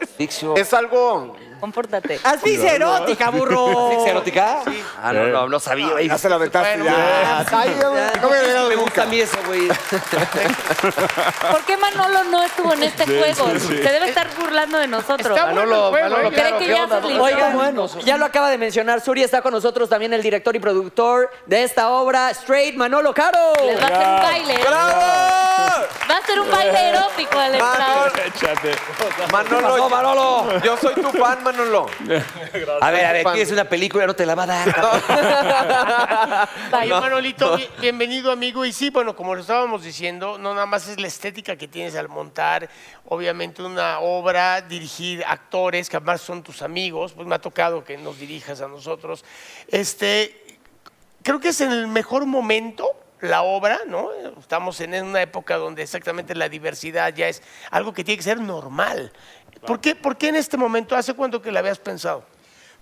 Speaker 1: Asfixio.
Speaker 3: Es algo.
Speaker 7: Compórtate.
Speaker 8: ¿eh?
Speaker 2: ¡Asfixia
Speaker 1: [LAUGHS]
Speaker 2: erótica, burro!
Speaker 1: ¿Asfixia erótica? Ah, no, no, no sabía. Ahí-
Speaker 5: Eh. Ya se la aventaste.
Speaker 4: Bueno,
Speaker 5: ya. Ay,
Speaker 2: Ya,
Speaker 5: no me había dado
Speaker 1: me
Speaker 5: nunca.
Speaker 1: gusta a mí eso, güey.
Speaker 7: ¿Por qué Manolo no estuvo en este juego?
Speaker 8: sí, sí.
Speaker 7: Se debe estar burlando de nosotros.
Speaker 4: Está bueno el
Speaker 3: Manolo,
Speaker 4: juego,
Speaker 3: Manolo,
Speaker 4: ¿eh?
Speaker 7: ¿Cree que ya se libró?
Speaker 2: Oigan, ya lo acaba de mencionar Suri, está con nosotros también el director y productor de esta obra, Straight Manolo Caro.
Speaker 7: Les va a hacer un baile.
Speaker 2: ¡Bravo!
Speaker 7: Va a ser un
Speaker 4: [LAUGHS]
Speaker 7: baile erótico al entrar.
Speaker 8: Échate.
Speaker 1: No,
Speaker 3: Manolo,
Speaker 1: Manolo.
Speaker 3: yo soy tu fan, Manolo.
Speaker 1: A ver, a ver,
Speaker 3: Pan.
Speaker 1: ¿quieres una película? No te la va a dar. cabrón.
Speaker 4: Oye, Manolito, bi- bienvenido, amigo. Y sí, bueno, como lo estábamos diciendo, no nada más es la estética que tienes al montar, obviamente una obra, dirigir actores que además son tus amigos, pues me ha tocado que nos dirijas a nosotros. Este, creo que es en el mejor momento la obra, ¿no? Estamos en una época donde exactamente la diversidad ya es algo que tiene que ser normal. ¿Por qué, por qué en este momento? ¿Hace cuánto que la habías pensado?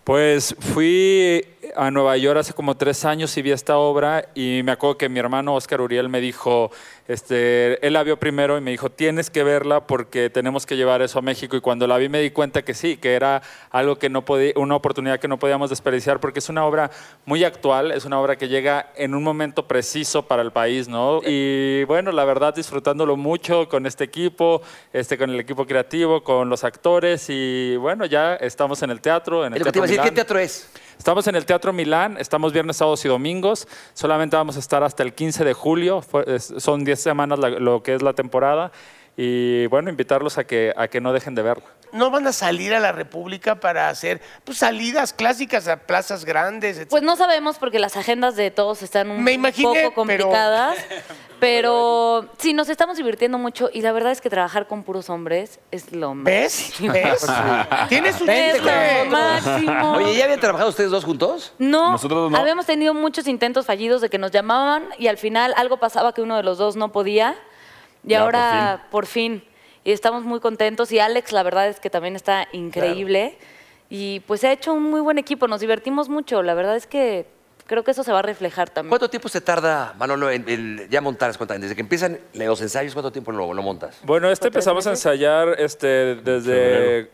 Speaker 9: Pues fui a Nueva York hace como tres años y vi esta obra y me acuerdo que mi hermano Oscar Uriel me dijo, este, él la vio primero y me dijo, tienes que verla porque tenemos que llevar eso a México y cuando la vi me di cuenta que sí, que era algo que no podía, una oportunidad que no podíamos desperdiciar porque es una obra muy actual, es una obra que llega en un momento preciso para el país, ¿no? Y bueno, la verdad disfrutándolo mucho con este equipo, este, con el equipo creativo, con los actores y bueno, ya estamos en el teatro, en el
Speaker 1: Es lo que te
Speaker 9: Teatro
Speaker 1: iba a decir. ¿Qué
Speaker 9: Milán.
Speaker 1: teatro es?
Speaker 9: Estamos en el Teatro Milán, estamos viernes, sábados y domingos. Solamente vamos a estar hasta el 15 de julio. Fue- es- son 10 semanas la- lo que es la temporada. Y bueno, invitarlos a que, a que no dejen de verla.
Speaker 4: no van a salir a la República para hacer pues, salidas clásicas a plazas grandes, etc.
Speaker 7: Pues no sabemos porque las agendas de todos están un
Speaker 4: Me imaginé,
Speaker 7: poco
Speaker 4: [LAUGHS] pero-
Speaker 7: complicadas. Pero... sí, nos estamos divirtiendo mucho y la verdad es que trabajar con puros hombres es lo más.
Speaker 4: [LAUGHS] ¿Ves? ¿Ves? Tienes un
Speaker 7: Es
Speaker 4: chiste.
Speaker 7: lo máximo.
Speaker 1: Oye, ¿ya habían trabajado ustedes dos juntos?
Speaker 7: No,
Speaker 8: Nosotros no.
Speaker 7: habíamos tenido muchos intentos fallidos de que nos llamaban y al final algo pasaba que uno de los dos no podía. Y
Speaker 8: Ya,
Speaker 7: ahora, por fin. y estamos muy contentos. Y Alex, la verdad es que también está increíble. Y pues se ha hecho un muy buen equipo, nos divertimos mucho. La verdad es que creo que eso se va a reflejar también.
Speaker 1: ¿Cuánto tiempo se tarda, Manolo, en, en ya montar? cuentas? Desde que empiezan los ensayos, ¿cuánto tiempo lo, lo montas?
Speaker 9: Bueno, este
Speaker 7: ¿Tres
Speaker 9: empezamos a
Speaker 7: meses?
Speaker 9: ensayar este, desde...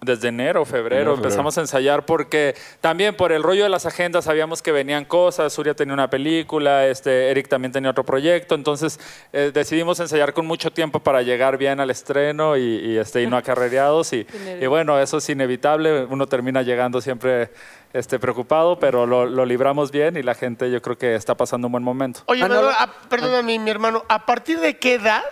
Speaker 9: Desde enero, febrero,
Speaker 8: Enero, febrero.
Speaker 9: empezamos a ensayar porque también por el rollo de las agendas sabíamos que venían cosas, Surya tenía una película, este, Eric también tenía otro proyecto, entonces eh, decidimos ensayar con mucho tiempo para llegar bien al estreno y, y, este, y no acarrereados y, y bueno, eso es inevitable, uno termina llegando siempre este, preocupado, pero lo, lo libramos bien y la gente yo creo que está pasando un buen momento.
Speaker 4: Oye, Manolo, ah, a- perdóname, mi hermano, ¿a partir de qué edad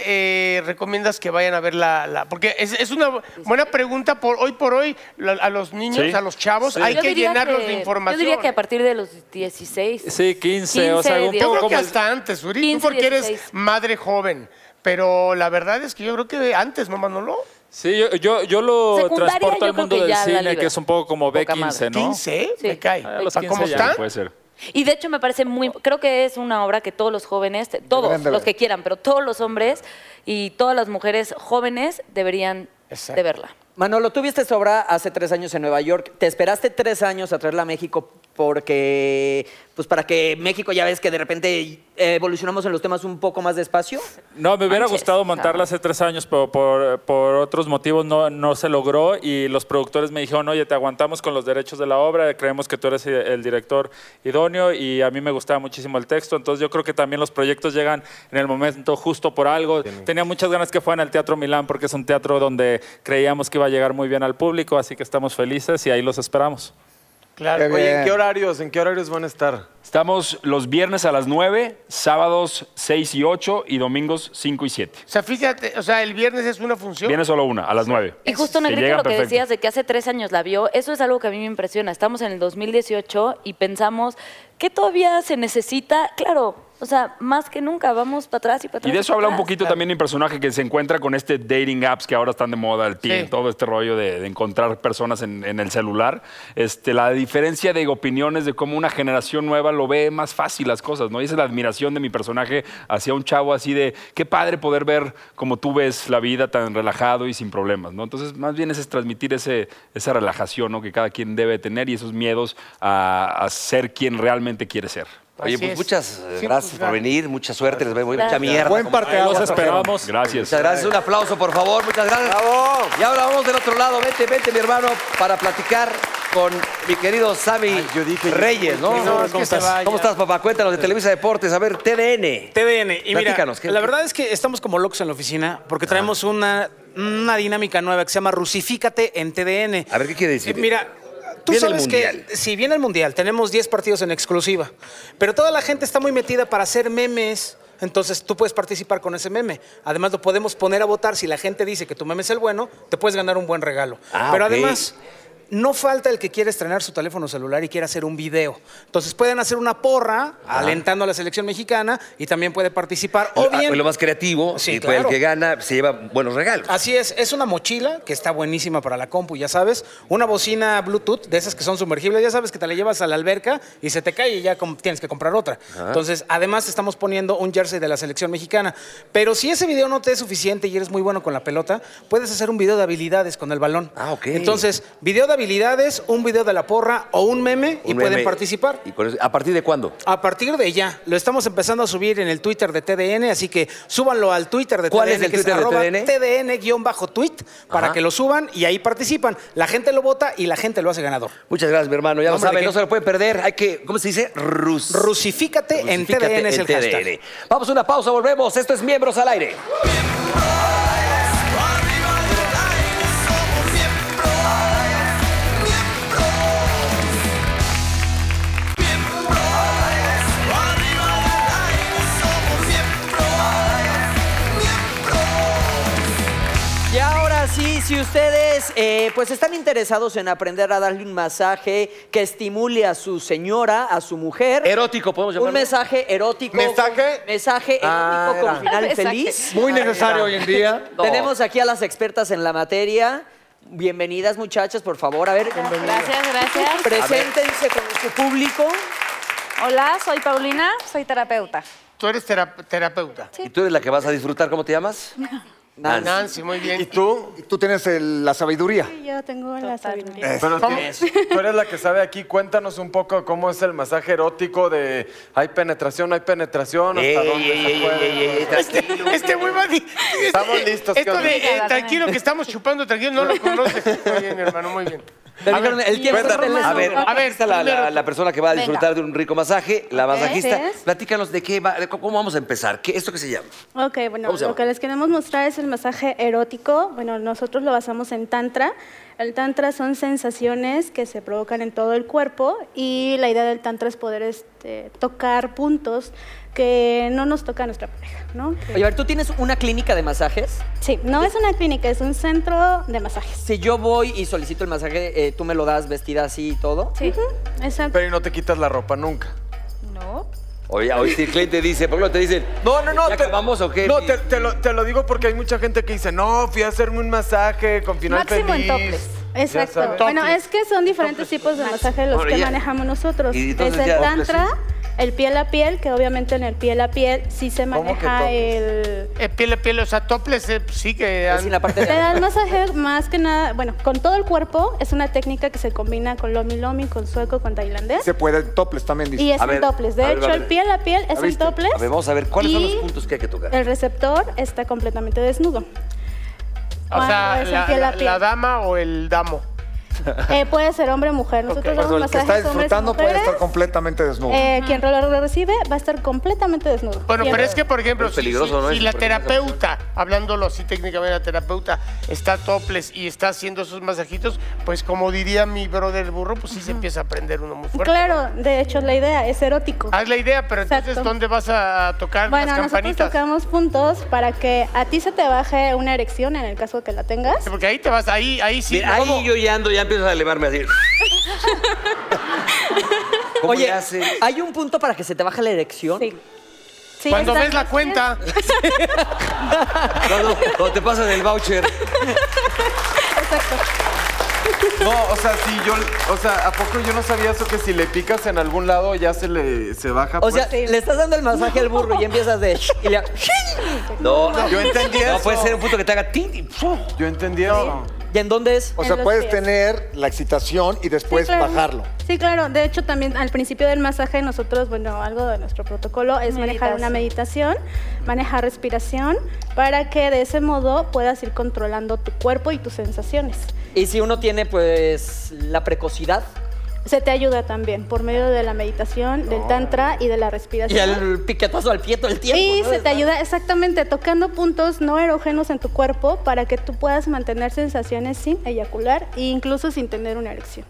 Speaker 4: eh, recomiendas que vayan a ver la...? la- porque es, es una buena pregunta por hoy por hoy la- a los niños,
Speaker 8: Sí.
Speaker 4: a los chavos,
Speaker 8: Sí.
Speaker 4: hay
Speaker 7: Yo
Speaker 4: que
Speaker 7: diría
Speaker 4: llenarlos
Speaker 7: que-
Speaker 4: de información.
Speaker 7: Yo diría que a partir de los 16.
Speaker 9: Sí, 15, o sea, un
Speaker 7: 15,
Speaker 4: Yo
Speaker 9: poco
Speaker 4: creo que
Speaker 9: como... el-
Speaker 4: hasta antes, Uri,
Speaker 7: 15,
Speaker 4: tú porque eres
Speaker 7: 16.
Speaker 4: madre joven. Pero la verdad es que yo creo que antes, ¿no, Manolo?
Speaker 9: Sí, yo, yo, yo lo
Speaker 7: Secundaria,
Speaker 9: transporto
Speaker 7: yo
Speaker 9: al
Speaker 7: creo
Speaker 9: mundo
Speaker 7: que
Speaker 9: del
Speaker 7: ya la
Speaker 9: cine,
Speaker 7: libero.
Speaker 9: que es un poco como
Speaker 7: Poca
Speaker 9: B15, ¿no?
Speaker 4: 15,
Speaker 7: Sí.
Speaker 4: me cae.
Speaker 9: Ah, A los 15
Speaker 4: ¿Para ¿Cómo
Speaker 9: ya
Speaker 4: están?
Speaker 8: Puede ser.
Speaker 7: Y de hecho me parece muy, creo que es una obra que todos los jóvenes, te- todos
Speaker 5: Deberían de
Speaker 7: los
Speaker 5: ver.
Speaker 7: que quieran, pero todos los hombres y todas las mujeres jóvenes deberían
Speaker 4: Exacto.
Speaker 7: de verla.
Speaker 2: Manolo, tú viste esta obra hace tres años en Nueva York. Te esperaste tres años a traerla a México porque, pues para que México ya ves que de repente evolucionamos en los temas un poco más despacio.
Speaker 9: No, me hubiera
Speaker 7: Manches,
Speaker 9: gustado
Speaker 7: cabrón.
Speaker 9: montarla hace tres años, pero por, por otros motivos no, no se logró y los productores me dijeron, oye, te aguantamos con los derechos de la obra, creemos que tú eres eh, el director idóneo y a mí me gustaba muchísimo el texto, entonces yo creo que también los proyectos llegan en el momento justo por algo. Tenía muchas ganas que fueran al Teatro Milán porque es un teatro donde creíamos que iba a llegar muy bien al público, así que estamos felices y ahí los esperamos.
Speaker 4: Claro.
Speaker 3: Oye, ¿en qué horarios? ¿En qué horarios van a estar?
Speaker 8: Estamos los viernes a las 9, sábados 6 y 8 y domingos 5 y 7.
Speaker 4: O sea, fíjate, o sea, el viernes es una función.
Speaker 8: Viene solo una, a las 9.
Speaker 7: Y justo,
Speaker 8: Te
Speaker 7: Negrito,
Speaker 8: llega
Speaker 7: lo que
Speaker 8: perfecto.
Speaker 7: decías de que hace tres años la vio, eso es algo que a mí me impresiona. Estamos en el 2018 y pensamos que todavía se necesita, claro, o sea, más que nunca, vamos para atrás y para atrás.
Speaker 8: Y de eso
Speaker 7: pa'
Speaker 8: habla un
Speaker 7: atrás.
Speaker 8: poquito también mi personaje que se encuentra con este dating apps que ahora están de moda, el Tinder,
Speaker 4: Sí.
Speaker 8: todo este rollo de, de encontrar personas en, en el celular. Este, la diferencia de opiniones de cómo una generación nueva lo ve más fácil las cosas, ¿no? Y esa es la admiración de mi personaje hacia un chavo así de qué padre poder ver como tú ves la vida tan relajado y sin problemas, ¿no? Entonces, más bien es, es transmitir ese, esa relajación, ¿no? Que cada quien debe tener y esos miedos a- a ser quien realmente quiere ser.
Speaker 1: Oye,
Speaker 4: Así
Speaker 1: pues
Speaker 4: es.
Speaker 1: muchas eh,
Speaker 4: Sí,
Speaker 1: gracias
Speaker 4: pues,
Speaker 1: por venir, mucha suerte, les va muy bien, mucha
Speaker 7: Gracias.
Speaker 1: mierda.
Speaker 5: Buen
Speaker 1: como-
Speaker 5: parte
Speaker 9: Los esperamos.
Speaker 8: Gracias.
Speaker 1: Muchas gracias, un aplauso por favor, muchas gracias. Y ahora vamos del otro lado, vete, vete mi hermano, para platicar con mi querido Sammy
Speaker 3: yo dije-
Speaker 1: Reyes, ¿no?
Speaker 3: No,
Speaker 1: ¿Cómo,
Speaker 3: es que se
Speaker 1: estás?
Speaker 3: vaya.
Speaker 1: ¿Cómo estás, papá? Cuéntanos de Televisa Deportes, a ver, TDN.
Speaker 10: TDN. Y mira,
Speaker 1: Platícanos, ¿qué-
Speaker 10: la verdad es que estamos como locos en la oficina porque traemos una, una dinámica nueva que se llama Rusifícate en TDN.
Speaker 1: A ver, ¿qué quiere decir?
Speaker 10: Eh, Mira, tú
Speaker 1: Viene el
Speaker 10: sabes
Speaker 1: Mundial.
Speaker 10: que si viene el Mundial, tenemos 10 partidos en exclusiva, pero toda la gente está muy metida para hacer memes. Entonces tú puedes participar con ese meme. Además lo podemos poner a votar. Si la gente dice que tu meme es el bueno, te puedes ganar un buen regalo.
Speaker 1: Ah,
Speaker 10: Pero
Speaker 1: ok.
Speaker 10: además, no falta el que quiere estrenar su teléfono celular y quiere hacer un video. Entonces pueden hacer una porra alentando a la selección mexicana y también puede participar. O
Speaker 1: Ah,
Speaker 10: bien,
Speaker 1: Lo más creativo,
Speaker 10: Sí,
Speaker 1: y pues,
Speaker 10: claro.
Speaker 1: el que gana se lleva buenos regalos.
Speaker 10: Así es, es una mochila que está buenísima para la compu, ya sabes. Una bocina Bluetooth, de esas que son sumergibles, ya sabes que te la llevas a la alberca y se te cae y ya com- tienes que comprar otra. Entonces, además estamos poniendo un jersey de la selección mexicana. Pero si ese video no te es suficiente y eres muy bueno con la pelota, puedes hacer un video de habilidades con el balón.
Speaker 1: Ah, ok.
Speaker 10: Entonces, video de habilidades, un video de la porra o un meme y
Speaker 1: Un
Speaker 10: pueden
Speaker 1: meme.
Speaker 10: participar.
Speaker 1: Y con eso- ¿A partir de cuándo?
Speaker 10: A partir de ya, lo estamos empezando a subir en el Twitter de TDN, así que súbanlo al Twitter de
Speaker 1: ¿Cuál
Speaker 10: TDN,
Speaker 1: es el
Speaker 10: que
Speaker 1: Twitter de TDN?
Speaker 10: TDN-tweet, para
Speaker 1: Ajá.
Speaker 10: que lo suban y ahí participan. La gente lo vota y la gente lo hace ganador.
Speaker 1: Muchas gracias, mi hermano. Ya lo
Speaker 10: Hombre,
Speaker 1: saben,
Speaker 10: ¿qué?
Speaker 1: no se lo pueden perder. Hay que, ¿cómo se dice? Rus.
Speaker 10: Rusifícate, en TDN es el
Speaker 1: en
Speaker 10: hashtag.
Speaker 1: TDN. Vamos a una pausa, volvemos. Esto es Miembros al Aire.
Speaker 2: Y ahora sí, si ustedes eh, pues están interesados en aprender a darle un masaje que estimule a su señora, a su mujer.
Speaker 1: Erótico, podemos
Speaker 2: un
Speaker 1: llamarlo.
Speaker 2: mensaje erótico.
Speaker 3: ¿Mensaje?
Speaker 2: Mensaje erótico
Speaker 3: Ah,
Speaker 2: con
Speaker 3: era.
Speaker 2: final
Speaker 7: Mensaje.
Speaker 2: feliz.
Speaker 5: Muy necesario hoy en día.
Speaker 2: [LAUGHS] Tenemos aquí a las expertas en la materia. Bienvenidas, muchachas, por favor. A ver,
Speaker 7: Gracias, gracias.
Speaker 2: preséntense con su público.
Speaker 11: Hola, soy Paulina, soy terapeuta.
Speaker 4: Tú eres terap- terapeuta.
Speaker 1: Y tú eres la que vas a disfrutar, ¿cómo te llamas?
Speaker 4: Nancy. muy bien.
Speaker 3: ¿Y tú?
Speaker 5: Y tú tienes el- la sabiduría.
Speaker 11: Yo tengo la sabiduría.
Speaker 3: Bueno, tú, tú eres la que sabe aquí. Cuéntanos un poco cómo es el masaje erótico de hay penetración, no hay penetración, hasta
Speaker 1: Ey,
Speaker 3: dónde
Speaker 1: ey,
Speaker 3: se
Speaker 1: ey,
Speaker 3: puede.
Speaker 1: ey, ey, ey, tranquilo.
Speaker 3: [LAUGHS]
Speaker 4: Este güey va a di-
Speaker 3: Estamos listos. ¿qué
Speaker 4: Esto
Speaker 3: onda?
Speaker 4: de eh, tranquilo que estamos chupando, tranquilo, no lo conoces. Muy bien, hermano, muy bien.
Speaker 2: A ver, el tiempo
Speaker 1: Cuéntame,
Speaker 2: del-
Speaker 1: a ver,
Speaker 4: A ver,
Speaker 1: está la, la-
Speaker 4: primero-
Speaker 1: la persona que va a disfrutar de un rico masaje, la masajista.
Speaker 11: Así es.
Speaker 1: Platícanos de qué va, de cómo vamos a empezar. ¿Qué, ¿Esto qué se llama?
Speaker 11: Ok, bueno,
Speaker 1: ¿Cómo se llama?
Speaker 11: lo que les queremos mostrar es el masaje erótico. Bueno, nosotros lo basamos en tantra. El tantra son sensaciones que se provocan en todo el cuerpo y la idea del tantra es poder este, tocar puntos que no nos toca a nuestra pareja, ¿no?
Speaker 2: Oye, a ver, ¿tú tienes una clínica de masajes?
Speaker 11: Sí, no es una clínica, es un centro de masajes.
Speaker 2: Si yo voy y solicito el masaje, eh, ¿tú me lo das vestida así y todo?
Speaker 11: Sí, exacto.
Speaker 3: Pero y no te quitas la ropa nunca.
Speaker 11: No.
Speaker 1: Oye, hoy si el cliente dice, ¿por qué no te dicen?
Speaker 3: No, no, no.
Speaker 1: ¿Ya acabamos o qué?
Speaker 3: No, te, te lo, te lo digo porque hay mucha gente que dice, no, fui a hacerme un masaje con final
Speaker 11: Máximo
Speaker 3: feliz.
Speaker 11: en toples.
Speaker 3: Ya
Speaker 11: Exacto.
Speaker 3: sabes.
Speaker 11: Bueno, es que son diferentes tipos de masajes los
Speaker 1: Ahora
Speaker 11: que
Speaker 1: ya.
Speaker 11: manejamos nosotros. Es
Speaker 1: Y entonces
Speaker 11: el
Speaker 1: ya- pues,
Speaker 11: tantra, El piel a piel, que obviamente en el piel a piel sí se
Speaker 4: ¿Cómo que
Speaker 11: maneja el...
Speaker 4: Eh, piel a piel, o sea, topless eh, sí que... han-
Speaker 11: Te dan masaje más que nada, bueno, con todo el cuerpo. Es una técnica que se combina con lomi lomi, con sueco, con tailandés.
Speaker 5: Se puede en toples también, dice.
Speaker 11: Y es
Speaker 1: A
Speaker 11: en
Speaker 1: ver,
Speaker 11: topless. De
Speaker 1: a ver,
Speaker 11: hecho,
Speaker 1: a
Speaker 11: el
Speaker 1: ver.
Speaker 11: piel a piel es
Speaker 1: ¿La
Speaker 11: en
Speaker 1: viste?
Speaker 11: topless.
Speaker 1: A ver, vamos a ver cuáles son los
Speaker 11: y
Speaker 1: puntos que hay que tocar.
Speaker 11: El receptor está completamente desnudo.
Speaker 4: O sea,
Speaker 11: Cuando es en
Speaker 4: la,
Speaker 11: piel a
Speaker 4: la-
Speaker 11: piel.
Speaker 4: la dama o el damo.
Speaker 11: Eh, puede ser hombre o mujer. Nosotros
Speaker 5: Pero
Speaker 11: damos
Speaker 5: Pues, el que
Speaker 11: masajes
Speaker 5: está
Speaker 11: hombres y
Speaker 5: disfrutando puede
Speaker 11: mujeres.
Speaker 5: estar completamente desnudo.
Speaker 11: Eh, quien lo recibe va a estar completamente desnudo.
Speaker 4: Bueno,
Speaker 11: Siempre.
Speaker 4: pero es que, por ejemplo,
Speaker 1: Es
Speaker 4: si,
Speaker 1: peligroso,
Speaker 4: si-
Speaker 1: ¿no?
Speaker 4: si
Speaker 1: Eso,
Speaker 4: la
Speaker 1: porque no es
Speaker 4: terapeuta, hablándolo así técnicamente, la terapeuta está topless y está haciendo esos masajitos, pues como diría mi brother burro, pues sí se empieza a aprender uno muy fuerte.
Speaker 11: Claro, de hecho la idea es erótico.
Speaker 4: Haz la idea, pero entonces,
Speaker 11: Exacto.
Speaker 4: ¿dónde vas a tocar
Speaker 11: Bueno,
Speaker 4: las
Speaker 11: nosotros
Speaker 4: campanitas?
Speaker 11: tocamos puntos para que a ti se te baje una erección en el caso que la tengas.
Speaker 4: Porque ahí te vas, ahí, ahí sí.
Speaker 1: Mira,
Speaker 4: ¿cómo?
Speaker 1: ahí yo ya ando, ya empiezo a elevarme así. ¿Cómo
Speaker 2: Oye,
Speaker 1: le hace?
Speaker 2: ¿hay un punto para que se te baje la erección?
Speaker 11: Sí. Sí,
Speaker 4: Cuando ves la
Speaker 11: exacto.
Speaker 4: cuenta,
Speaker 1: Cuando, cuando te pasas el voucher.
Speaker 3: No, o sea, si yo, o sea, ¿a poco yo no sabía eso que si le picas en algún lado ya se le se
Speaker 2: [LAUGHS]
Speaker 3: baja?
Speaker 2: O
Speaker 3: pues?
Speaker 2: sea, le estás dando el masaje al burro y empiezas de... Y le-
Speaker 1: No,
Speaker 3: yo entendí
Speaker 1: no
Speaker 3: eso.
Speaker 1: puede ser un punto que te haga tin. y ¡pum!
Speaker 3: Yo entendí eso.
Speaker 2: ¿Y en dónde es?
Speaker 5: O sea,
Speaker 11: En los
Speaker 5: puedes
Speaker 11: pies.
Speaker 5: tener la excitación y después
Speaker 11: claro.
Speaker 5: bajarlo.
Speaker 11: Sí, claro. De hecho, también al principio del masaje nosotros, bueno, algo de nuestro protocolo es manejar una meditación, manejar respiración, para que de ese modo puedas ir controlando tu cuerpo y tus sensaciones.
Speaker 2: Y si uno tiene, pues, la precocidad
Speaker 11: Se te ayuda también por medio de la meditación, del tantra y de la respiración.
Speaker 2: y el piquetazo al pie todo el tiempo.
Speaker 11: Y
Speaker 2: ¿no?
Speaker 11: se te ayuda exactamente tocando puntos no erógenos en tu cuerpo para que tú puedas mantener sensaciones sin eyacular e incluso sin tener una erección.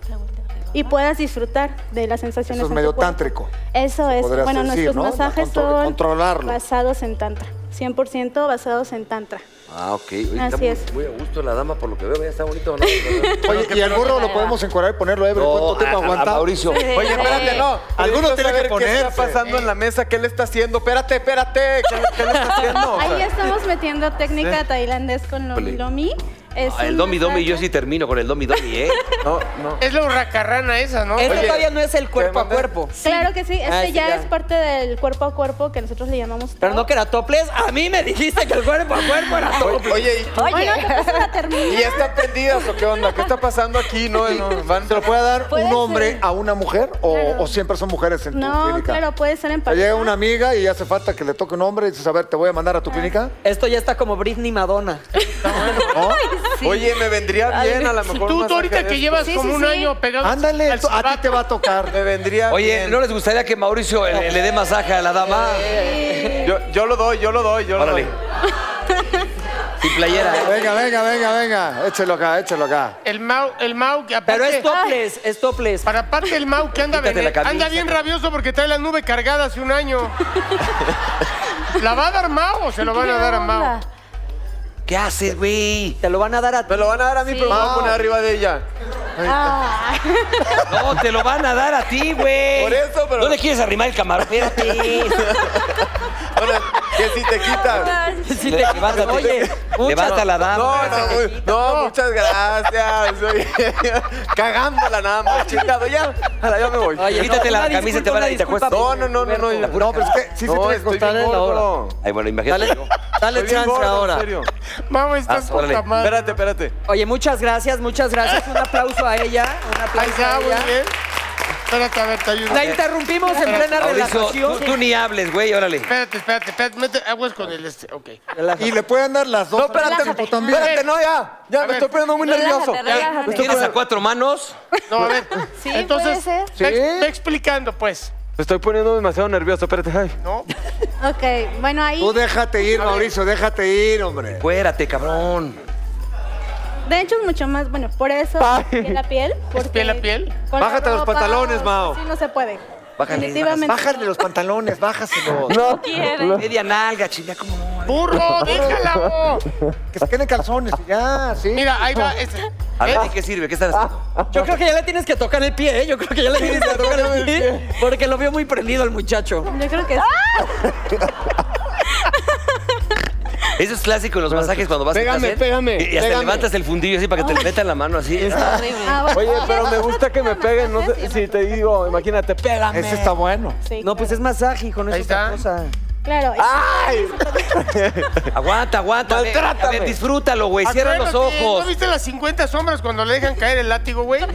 Speaker 11: Y puedas disfrutar de las sensaciones.
Speaker 5: Eso es
Speaker 11: en
Speaker 5: medio
Speaker 11: tu cuerpo.
Speaker 5: tántrico.
Speaker 11: Eso es.
Speaker 5: podrías
Speaker 11: Bueno,
Speaker 5: decir,
Speaker 11: nuestros
Speaker 5: ¿no?
Speaker 11: masajes
Speaker 5: Contro-
Speaker 11: son
Speaker 5: controlarlo.
Speaker 11: basados en tantra. 100% basados en tantra.
Speaker 1: Ah, ok. Oye, está
Speaker 11: Así
Speaker 1: muy,
Speaker 11: es.
Speaker 1: muy a gusto la dama, por lo que veo. Mira, Está bonito,
Speaker 11: [LAUGHS]
Speaker 1: ¿no?
Speaker 5: Oye, y al burro lo podemos encuadrar y ponerlo, Ever.
Speaker 1: No,
Speaker 5: ¿Cuánto tiempo
Speaker 1: a- a- a
Speaker 5: aguanta?
Speaker 1: Mauricio.
Speaker 3: Oye, espérate, no.
Speaker 5: Alguno tiene
Speaker 3: Necesito
Speaker 5: que
Speaker 3: saber ¿Qué está
Speaker 5: ponerse.
Speaker 3: pasando en la mesa? ¿Qué le está haciendo? Espérate, espérate. ¿Qué, qué le está haciendo? O sea,
Speaker 11: Ahí estamos metiendo técnica tailandés con lomi
Speaker 1: Híjole.
Speaker 11: lomi. Es
Speaker 1: Ah, el
Speaker 11: un
Speaker 1: domi domi,
Speaker 11: masaje-
Speaker 1: yo sí termino con el domi domi, ¿eh?
Speaker 3: No, no.
Speaker 4: es la hurracarrana esa, ¿no?
Speaker 2: Este
Speaker 3: Oye,
Speaker 2: todavía no es el cuerpo a
Speaker 3: mandé-
Speaker 2: cuerpo.
Speaker 11: Claro que sí, este
Speaker 2: Ah, sí,
Speaker 11: ya,
Speaker 2: ya.
Speaker 11: es parte del cuerpo a cuerpo que nosotros le llamamos.
Speaker 2: Pero no que era topless. A mí me dijiste que el cuerpo a cuerpo era topless.
Speaker 3: Oye, ¿y,
Speaker 11: Oye, bueno, ¿qué pasa? La termina.
Speaker 3: ¿y están pendidas o qué onda? ¿Qué está pasando aquí?
Speaker 11: [LAUGHS]
Speaker 3: No, no, van.
Speaker 5: ¿Se lo puede dar
Speaker 11: Puede
Speaker 5: un hombre
Speaker 11: ser.
Speaker 5: a una mujer o,
Speaker 11: Claro.
Speaker 5: o siempre son mujeres en tu
Speaker 11: No,
Speaker 5: clínica?
Speaker 11: claro, puede ser en
Speaker 5: Te
Speaker 11: pareja.
Speaker 5: Llega una amiga y hace falta que le toque un hombre y dices, a ver, te voy a mandar a tu clínica.
Speaker 2: Esto ya está como Britney Madonna.
Speaker 5: ¿No?
Speaker 3: Oye, me vendría bien a lo mejor.
Speaker 4: Tú,
Speaker 3: un
Speaker 4: tú
Speaker 3: masaje
Speaker 4: ahorita
Speaker 3: de
Speaker 4: que
Speaker 3: estos.
Speaker 4: llevas
Speaker 11: Sí,
Speaker 4: como
Speaker 11: sí,
Speaker 4: un
Speaker 11: sí.
Speaker 4: año pegado
Speaker 5: Ándale,
Speaker 4: al
Speaker 5: tú- a ti te va a tocar.
Speaker 3: Me vendría.
Speaker 1: Oye,
Speaker 3: bien.
Speaker 1: ¿no les gustaría que Mauricio eh, le, dé masaje a la dama?
Speaker 3: Yo, yo lo doy, yo lo doy, yo
Speaker 1: Órale.
Speaker 3: lo doy.
Speaker 1: Sin playera. ¿eh?
Speaker 5: Venga, venga, venga, venga. Échelo acá, échelo acá.
Speaker 4: El Mau, el Mau que aparte,
Speaker 2: Pero es topless, es topless.
Speaker 4: para aparte el Mau que anda,
Speaker 1: Quítate la
Speaker 4: vene-
Speaker 1: camisa.
Speaker 4: anda bien rabioso porque trae la nube cargada hace un
Speaker 1: [LAUGHS]
Speaker 4: año. ¿La va a dar Mau o se lo van a dar a Mau?
Speaker 1: ¿Qué haces, güey?
Speaker 2: Te lo van a dar a ti.
Speaker 3: Me lo van a dar a mí, pero me voy a poner arriba de ella.
Speaker 11: Ah.
Speaker 1: No, te lo van a dar a ti, güey.
Speaker 3: Por eso, pero-
Speaker 1: ¿No le quieres arrimar el camarón? Espérate.
Speaker 3: [LAUGHS] Ahora, que si te quitas.
Speaker 2: Sí, te-
Speaker 1: Levántate.
Speaker 2: Oye, muchas-
Speaker 1: Levanta la dama.
Speaker 3: No, no, muy- no, muchas gracias. Oye, Cagándola nada más, chingado. Ya, ahora ya me voy.
Speaker 2: Oye,
Speaker 1: Quítate la
Speaker 2: una
Speaker 1: camisa,
Speaker 2: disculpa,
Speaker 1: te van a-
Speaker 2: una
Speaker 1: y te acuestas.
Speaker 2: disculpa,
Speaker 3: No, no, no, no, no.
Speaker 2: Roberto.
Speaker 3: yo-
Speaker 5: No, pero es que sí se
Speaker 3: No,
Speaker 5: tiene que
Speaker 3: estoy
Speaker 5: contar
Speaker 3: bien
Speaker 5: en la hora.
Speaker 3: gordo.
Speaker 1: Ay, bueno, imagínate. yo.
Speaker 3: Estoy bien gordo, En serio.
Speaker 4: Mau, estás
Speaker 1: Ah, órale.
Speaker 4: poca madre.
Speaker 3: Espérate, espérate.
Speaker 2: Oye, muchas gracias, muchas gracias. Un aplauso a ella. Un
Speaker 4: Ahí
Speaker 2: aplauso
Speaker 4: está,
Speaker 2: a
Speaker 4: muy
Speaker 2: ella.
Speaker 4: bien. Espérate, a ver, te ayudo.
Speaker 2: La interrumpimos en plena
Speaker 1: Mauricio, tú,
Speaker 2: relación.
Speaker 1: tú ni hables, güey, órale.
Speaker 4: Espérate, espérate, espérate. Mete aguas con el este. Ok.
Speaker 5: Y le pueden dar las dos.
Speaker 3: No, espérate,
Speaker 5: Tipo, también.
Speaker 3: espérate, no, ya. Ya,
Speaker 4: A
Speaker 3: me
Speaker 4: ver.
Speaker 3: estoy poniendo muy nervioso.
Speaker 4: relájate.
Speaker 1: ¿Tienes a cuatro manos?
Speaker 4: No, a ver.
Speaker 11: [LAUGHS]
Speaker 3: [LAUGHS]
Speaker 11: Sí,
Speaker 4: Entonces,
Speaker 11: puede
Speaker 4: te
Speaker 11: ser.
Speaker 4: ex- te ¿Eh? explicando, pues.
Speaker 3: Me estoy poniendo demasiado nervioso, espérate. ay.
Speaker 4: ¿No?
Speaker 11: Ok, bueno, ahí.
Speaker 5: Tú déjate ir, Mauricio, déjate ir, hombre.
Speaker 1: Cuérate, cabrón.
Speaker 11: De hecho, es mucho más. Bueno, por eso. Piel a piel. porque
Speaker 4: piel a piel?
Speaker 11: con la
Speaker 5: Bájate los
Speaker 11: ropa,
Speaker 5: pantalones,
Speaker 11: o
Speaker 5: Mao.
Speaker 11: así no se puede.
Speaker 1: Bájale,
Speaker 11: Definitivamente.
Speaker 5: Bájale los pantalones, bájaselos.
Speaker 1: Media nalga, chinga, como no. [LAUGHS]
Speaker 4: ¡Burro, déjala!
Speaker 5: Que se queden calzones y ya, sí.
Speaker 4: Mira, ahí va. este.
Speaker 1: A ver,
Speaker 2: eh.
Speaker 1: ¿de qué sirve? ¿Qué están haciendo?
Speaker 2: Yo creo que ya le tienes que tocar el pie, ¿eh? Yo creo que ya le
Speaker 4: [LAUGHS]
Speaker 2: tienes que tocar el pie. Porque lo veo muy
Speaker 7: ¡Ah!
Speaker 2: prendido el muchacho.
Speaker 11: Yo creo que sí.
Speaker 1: Eso es clásico en los masajes cuando vas
Speaker 3: Pégame,
Speaker 1: a hacer.
Speaker 3: pégame,
Speaker 1: Y hasta
Speaker 3: pégame.
Speaker 1: levantas el fundillo así para que te le metan la mano así.
Speaker 4: Ah,
Speaker 3: Oye, pero me gusta que me peguen. No sé, si te digo, imagínate, pégame.
Speaker 2: Ese está
Speaker 3: bueno.
Speaker 2: No, pues es masaje, hijo, no es otra cosa.
Speaker 11: Claro.
Speaker 3: ¡Ay!
Speaker 1: [LAUGHS] Aguanta, aguanta. ve,
Speaker 4: Maltrátame.
Speaker 1: a ver, disfrútalo, güey. Cierra los
Speaker 4: Acuérdate,
Speaker 1: ojos.
Speaker 4: ¿No viste las 50 sombras cuando le dejan caer el látigo, güey?
Speaker 11: No,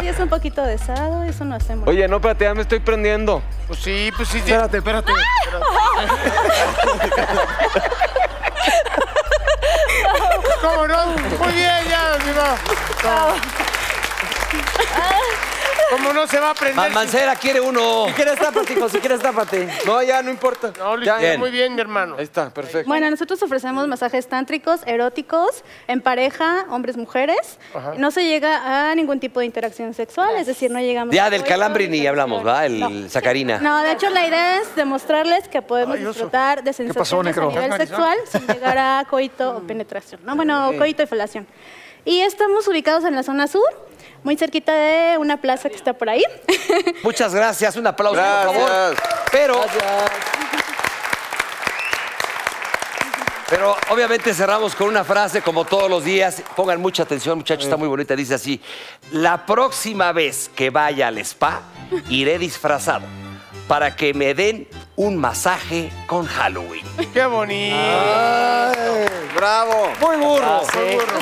Speaker 11: sí, es un poquito de sado, eso no hacemos.
Speaker 3: Oye, no, espérate, ya me estoy prendiendo.
Speaker 4: Pues sí, pues sí. Ah.
Speaker 3: Espérate, espérate.
Speaker 4: ¿Cómo no? Muy bien, ya, mi mamá. ¿Cómo no se va a prender?
Speaker 1: Mancera quiere uno.
Speaker 2: Si quieres, tápate, hijo, si quieres, tápate.
Speaker 3: No, ya, no importa.
Speaker 4: No, lo
Speaker 3: Ya.
Speaker 4: hiciste
Speaker 3: Bien.
Speaker 4: muy bien, mi hermano.
Speaker 3: Ahí está, perfecto.
Speaker 11: Bueno, nosotros ofrecemos masajes tántricos, eróticos, en pareja, hombres, mujeres.
Speaker 1: Ajá.
Speaker 11: No se llega a ningún tipo de interacción sexual, es decir, no llegamos
Speaker 1: Ya
Speaker 11: a
Speaker 1: del
Speaker 11: coito,
Speaker 1: calambre ni hablamos, ¿va? El
Speaker 11: No.
Speaker 1: sacarina.
Speaker 11: No, de hecho la idea es demostrarles que podemos disfrutar de
Speaker 1: ¿Qué pasó,
Speaker 11: sensaciones
Speaker 1: negro?
Speaker 11: a nivel
Speaker 1: ¿Estás
Speaker 11: sexual sin llegar a
Speaker 1: [LAUGHS]
Speaker 11: coito o penetración. No, bueno,
Speaker 1: Ok.
Speaker 11: coito y felación. Y estamos ubicados en la zona sur, muy cerquita de una plaza que está por ahí.
Speaker 1: Muchas gracias. Un aplauso, por favor. Pero. Pero obviamente cerramos con una frase como todos los días. Pongan mucha atención, muchachos, está muy bonita. Dice así: La próxima vez que vaya al spa, iré disfrazado para que me den un masaje con Halloween.
Speaker 4: ¡Qué bonito!
Speaker 1: ¡Bravo! Muy burro. Muy burro.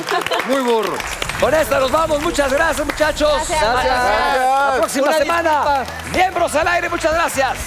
Speaker 1: Muy burro. Con esta nos vamos. Muchas gracias, muchachos.
Speaker 12: Gracias.
Speaker 1: Hasta La
Speaker 12: Gracias.
Speaker 1: próxima
Speaker 12: Una
Speaker 1: semana. Miembros al aire, muchas gracias.